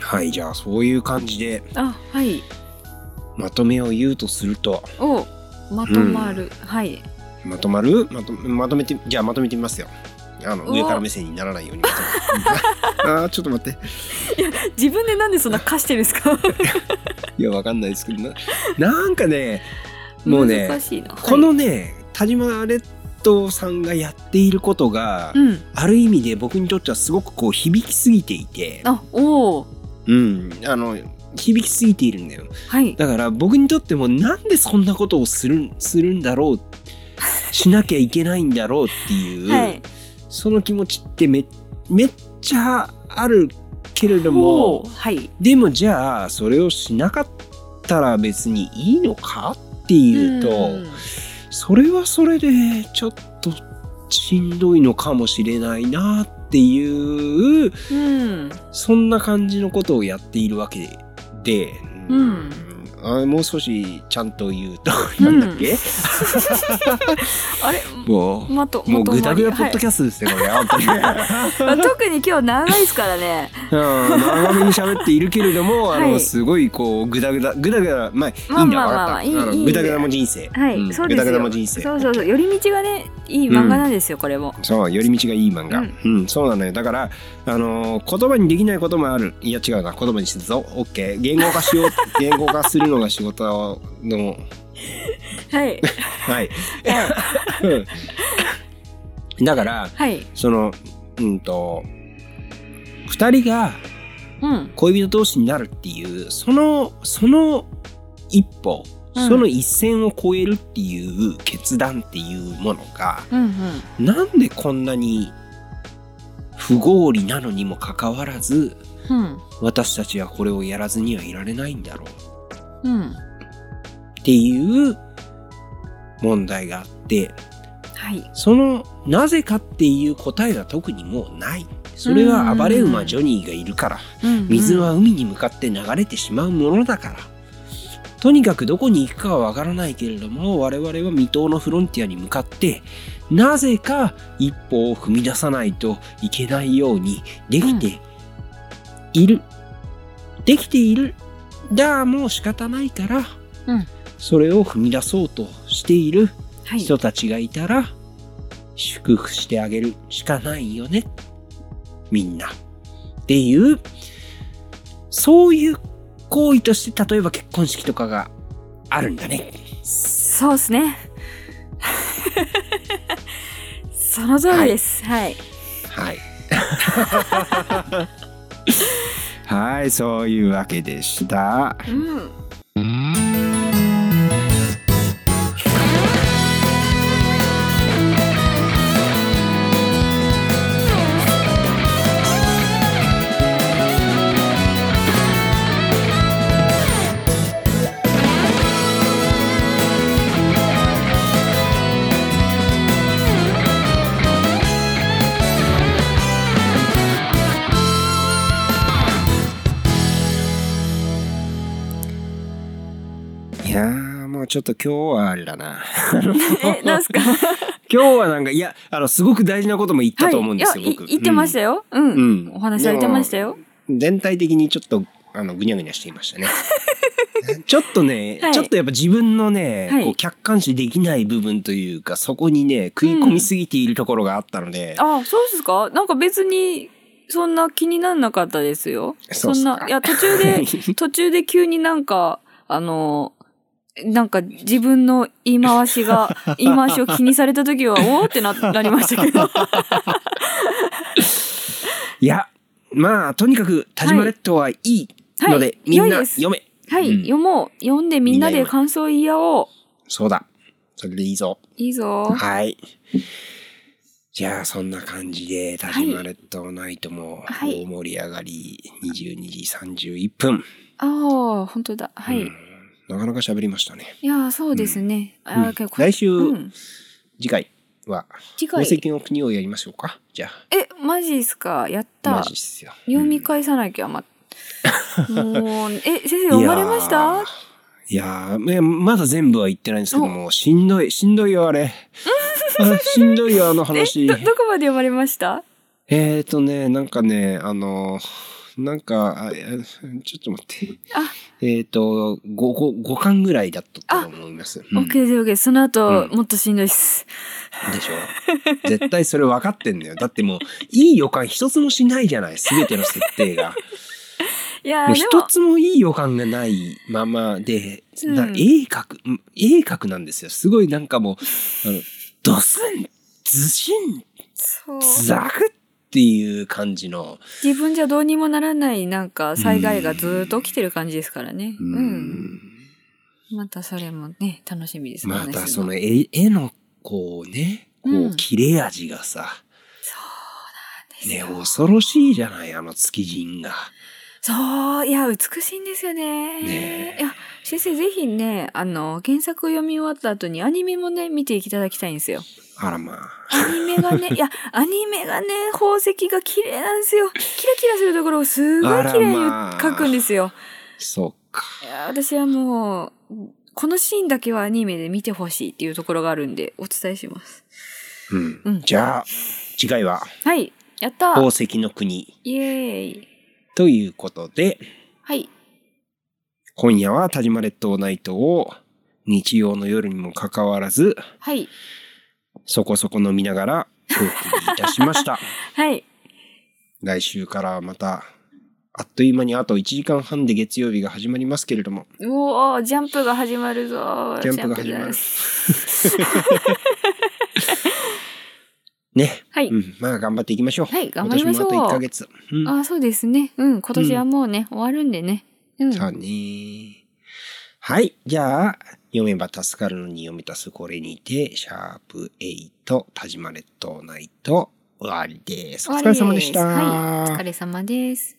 Speaker 1: はいじゃあそういう感じで
Speaker 2: あはい
Speaker 1: まとめを言うとすると
Speaker 2: おまとまる、はい
Speaker 1: まとまるまとまとめてじゃあまとめてみますよあの
Speaker 2: お
Speaker 1: 上から目線にならないようにまとめ あーちょっと待って
Speaker 2: 自分でなんでそんな貸してるんですか
Speaker 1: いやわかんないですけどななんかねもうね
Speaker 2: 難しいな
Speaker 1: こ、のね田島列島さんがやっていることが、
Speaker 2: はいうん
Speaker 1: ある意味で僕にとってはすごくこう響きすぎていて
Speaker 2: あおお
Speaker 1: うんあの響きすぎているんだよ
Speaker 2: はい
Speaker 1: だから僕にとってもなんでそんなことをするするんだろうしなきゃいけないんだろうっていう、
Speaker 2: はい
Speaker 1: その気持ちってめめっちゃあるけれど
Speaker 2: お
Speaker 1: も
Speaker 2: ーはい
Speaker 1: でもじゃあそれをしなかったら別にいいのかっていうと、
Speaker 2: うん
Speaker 1: それはそれでちょっとしんどいのかもしれないなっていう
Speaker 2: うん
Speaker 1: そんな感じのことをやっているわけで、
Speaker 2: うん
Speaker 1: あもう少しちゃんと言うと、 なんだっけ
Speaker 2: あれ
Speaker 1: もう、
Speaker 2: まと
Speaker 1: もう
Speaker 2: まとま
Speaker 1: ぐ
Speaker 2: り
Speaker 1: だぐだポッドキャストですよ、これ、本当に。
Speaker 2: はいまあ特に今日長いですからね
Speaker 1: うん長めに喋っているけれども、あ
Speaker 2: は
Speaker 1: の、
Speaker 2: い
Speaker 1: すごいこう、ぐだぐだ、ぐだぐだ、まあ、い
Speaker 2: まあ
Speaker 1: いんだ、
Speaker 2: まあまあま
Speaker 1: わ
Speaker 2: あ
Speaker 1: かった
Speaker 2: いい
Speaker 1: あの
Speaker 2: いいんだ
Speaker 1: ぐだぐだも人生。
Speaker 2: はい、
Speaker 1: うん
Speaker 2: そうで
Speaker 1: ぐ
Speaker 2: すよ
Speaker 1: だぐだも人生。
Speaker 2: そうそうそう寄り道がねいい漫画なんですよ、これも
Speaker 1: そう寄り道がいい漫画、う
Speaker 2: うんん
Speaker 1: そうなのよだから、あのー言葉にできないこともあるいや違うな言葉にするぞ OK 言語化し よう言語化するのが仕事の
Speaker 2: はい
Speaker 1: はい
Speaker 2: は
Speaker 1: だから
Speaker 2: い
Speaker 1: そのうんと2人が
Speaker 2: うん。
Speaker 1: 恋人同士になるっていうそのその一歩
Speaker 2: うん
Speaker 1: その一線を越えるっていう決断っていうものが
Speaker 2: うんうん。
Speaker 1: なんでこんなに不合理なのにもかかわらず
Speaker 2: うん。
Speaker 1: 私たちはこれをやらずにはいられないんだろう
Speaker 2: うん。
Speaker 1: っていう問題があって
Speaker 2: はい。
Speaker 1: そのなぜかっていう答えが特にもうないそれは暴れ馬ジョニーがいるから
Speaker 2: うんうん
Speaker 1: 水は海に向かって流れてしまうものだからとにかくどこに行くかはわからないけれども我々は未踏のフロンティアに向かってなぜか一歩を踏み出さないといけないようにできている、できているだもう仕方ないから、
Speaker 2: うん
Speaker 1: それを踏み出そうとしている
Speaker 2: はい。
Speaker 1: 人たちがいたら祝福してあげるしかないよねみんなっていうそういう行為として例えば結婚式とかがあるんだね
Speaker 2: そうですね。 その通りです。はい。
Speaker 1: はい はいそういうわけでした
Speaker 2: うん。
Speaker 1: いやーもうちょっと今日はあれだな
Speaker 2: え、なんすか。
Speaker 1: 今日はなんかいやあのすごく大事なことも言ったと思うんですよ、
Speaker 2: はい、いや
Speaker 1: 僕
Speaker 2: い言ってましたよ。うん。
Speaker 1: うん
Speaker 2: お話されてましたよ。
Speaker 1: 全体的にちょっとあのぐにゃぐにゃしていま したね。ちょっとね、
Speaker 2: はい
Speaker 1: ちょっとやっぱ自分のね、
Speaker 2: はい
Speaker 1: こう客観視できない部分というかそこにね食い込みすぎているところがあったので、
Speaker 2: あ、そうですか。なんか別に。そんな気になんなかったですよ。
Speaker 1: そうっ
Speaker 2: ん
Speaker 1: すか
Speaker 2: な、いや、途 中で、途中で急になんか、あの。なんか自分の言い回し が言い回しを気にされた時はおおってななりましたけ ど
Speaker 1: いやまあとにかく田島列島はいい
Speaker 2: はい
Speaker 1: ので、みんな読め、
Speaker 2: はい、
Speaker 1: うん
Speaker 2: 読もう読んでみんなで感想言い合おう
Speaker 1: そうだそれでいいぞ
Speaker 2: いいぞ
Speaker 1: はいじゃあそんな感じで田島列島ナイトも
Speaker 2: はい
Speaker 1: 大盛り上がり22時31分、
Speaker 2: ああ本当だはい、
Speaker 1: うんなかなか喋りましたね、
Speaker 2: いやーそうですね、あ
Speaker 1: うん
Speaker 2: ーけどこれ
Speaker 1: 来週、
Speaker 2: うん、
Speaker 1: 次回は
Speaker 2: 次
Speaker 1: 宝
Speaker 2: 回
Speaker 1: 石の国をやりましょうかじゃあ
Speaker 2: えマジっすかやった
Speaker 1: マジっすよ
Speaker 2: 読み
Speaker 1: うん
Speaker 2: 返さなきゃまもうえ先生読まれました
Speaker 1: いやーいやーまだ全部は言ってないんですけどもしんどいしんどいよあ れあしんどいよあの
Speaker 2: え
Speaker 1: 話
Speaker 2: どどこまで読まれました
Speaker 1: えーとねなんかねあのなんかあえちょっと待って
Speaker 2: あ
Speaker 1: えーと 5, 5, 5巻ぐらいだったと思います、うん
Speaker 2: ?OK です OK ですその後、
Speaker 1: うん
Speaker 2: もっとしんどいっす
Speaker 1: でしょ絶対それ分かってんだよだってもういい予感一つもしないじゃない全ての設定が
Speaker 2: いや
Speaker 1: も
Speaker 2: ー
Speaker 1: う
Speaker 2: で
Speaker 1: 一
Speaker 2: も
Speaker 1: つもいい予感がないままで、
Speaker 2: うん
Speaker 1: な鋭角うん鋭角なんですよすごいなんかもうあのドスンズシン
Speaker 2: そう
Speaker 1: ザクっていう感じの
Speaker 2: 自分じゃどうにもならないなんか災害がずーっと起きてる感じですからね
Speaker 1: う
Speaker 2: うんん、またそれもね楽しみです
Speaker 1: またそ
Speaker 2: 話
Speaker 1: の
Speaker 2: が
Speaker 1: 絵絵のこうねこ
Speaker 2: う
Speaker 1: うん切れ味がさ、
Speaker 2: です
Speaker 1: ね
Speaker 2: よ
Speaker 1: 恐ろしいじゃないあの月人が。
Speaker 2: そう、いや、美しいんですよね。
Speaker 1: ねえ
Speaker 2: いや、先生、ぜひね、あの、原作を読み終わった後にアニメもね、見ていただきたいんですよ。
Speaker 1: あらまあ
Speaker 2: アニメがね、いや、アニメがね、宝石が綺麗なんですよ。キラキラするところをすごい綺麗に
Speaker 1: あらまあ
Speaker 2: 描くんですよ。
Speaker 1: そうか。
Speaker 2: いや、私はもう、このシーンだけはアニメで見てほしいっていうところがあるんで、お伝えします。
Speaker 1: うん
Speaker 2: うん
Speaker 1: じゃあ次回は
Speaker 2: はい、やった
Speaker 1: 宝石の国
Speaker 2: イエーイ
Speaker 1: ということで。
Speaker 2: はい、
Speaker 1: 今夜は田島列島ナイトを日曜の夜にもかかわらず
Speaker 2: はい、
Speaker 1: そこそこ飲みながらお送りいたしました
Speaker 2: はい、
Speaker 1: 来週からまたあっという間にあと1時間半で月曜日が始まりますけれども
Speaker 2: おー、ジャンプが始まるぞ
Speaker 1: ジャンプが始まる
Speaker 2: ジャンプです
Speaker 1: ね。
Speaker 2: はい。
Speaker 1: うん。まあ、頑張っていきましょう。
Speaker 2: はい頑張りましょう
Speaker 1: 今年もあと1ヶ月。うん。
Speaker 2: あそうですね。うん、今年はもうね、終わるんでね。うん。
Speaker 1: そうね。はい。じゃあ、読めば助かるのに読めたすこれにて、シャープ8、田島列島ナイト、終わりです。お疲れ様でした。
Speaker 2: 終わりですはい、お疲れ様です。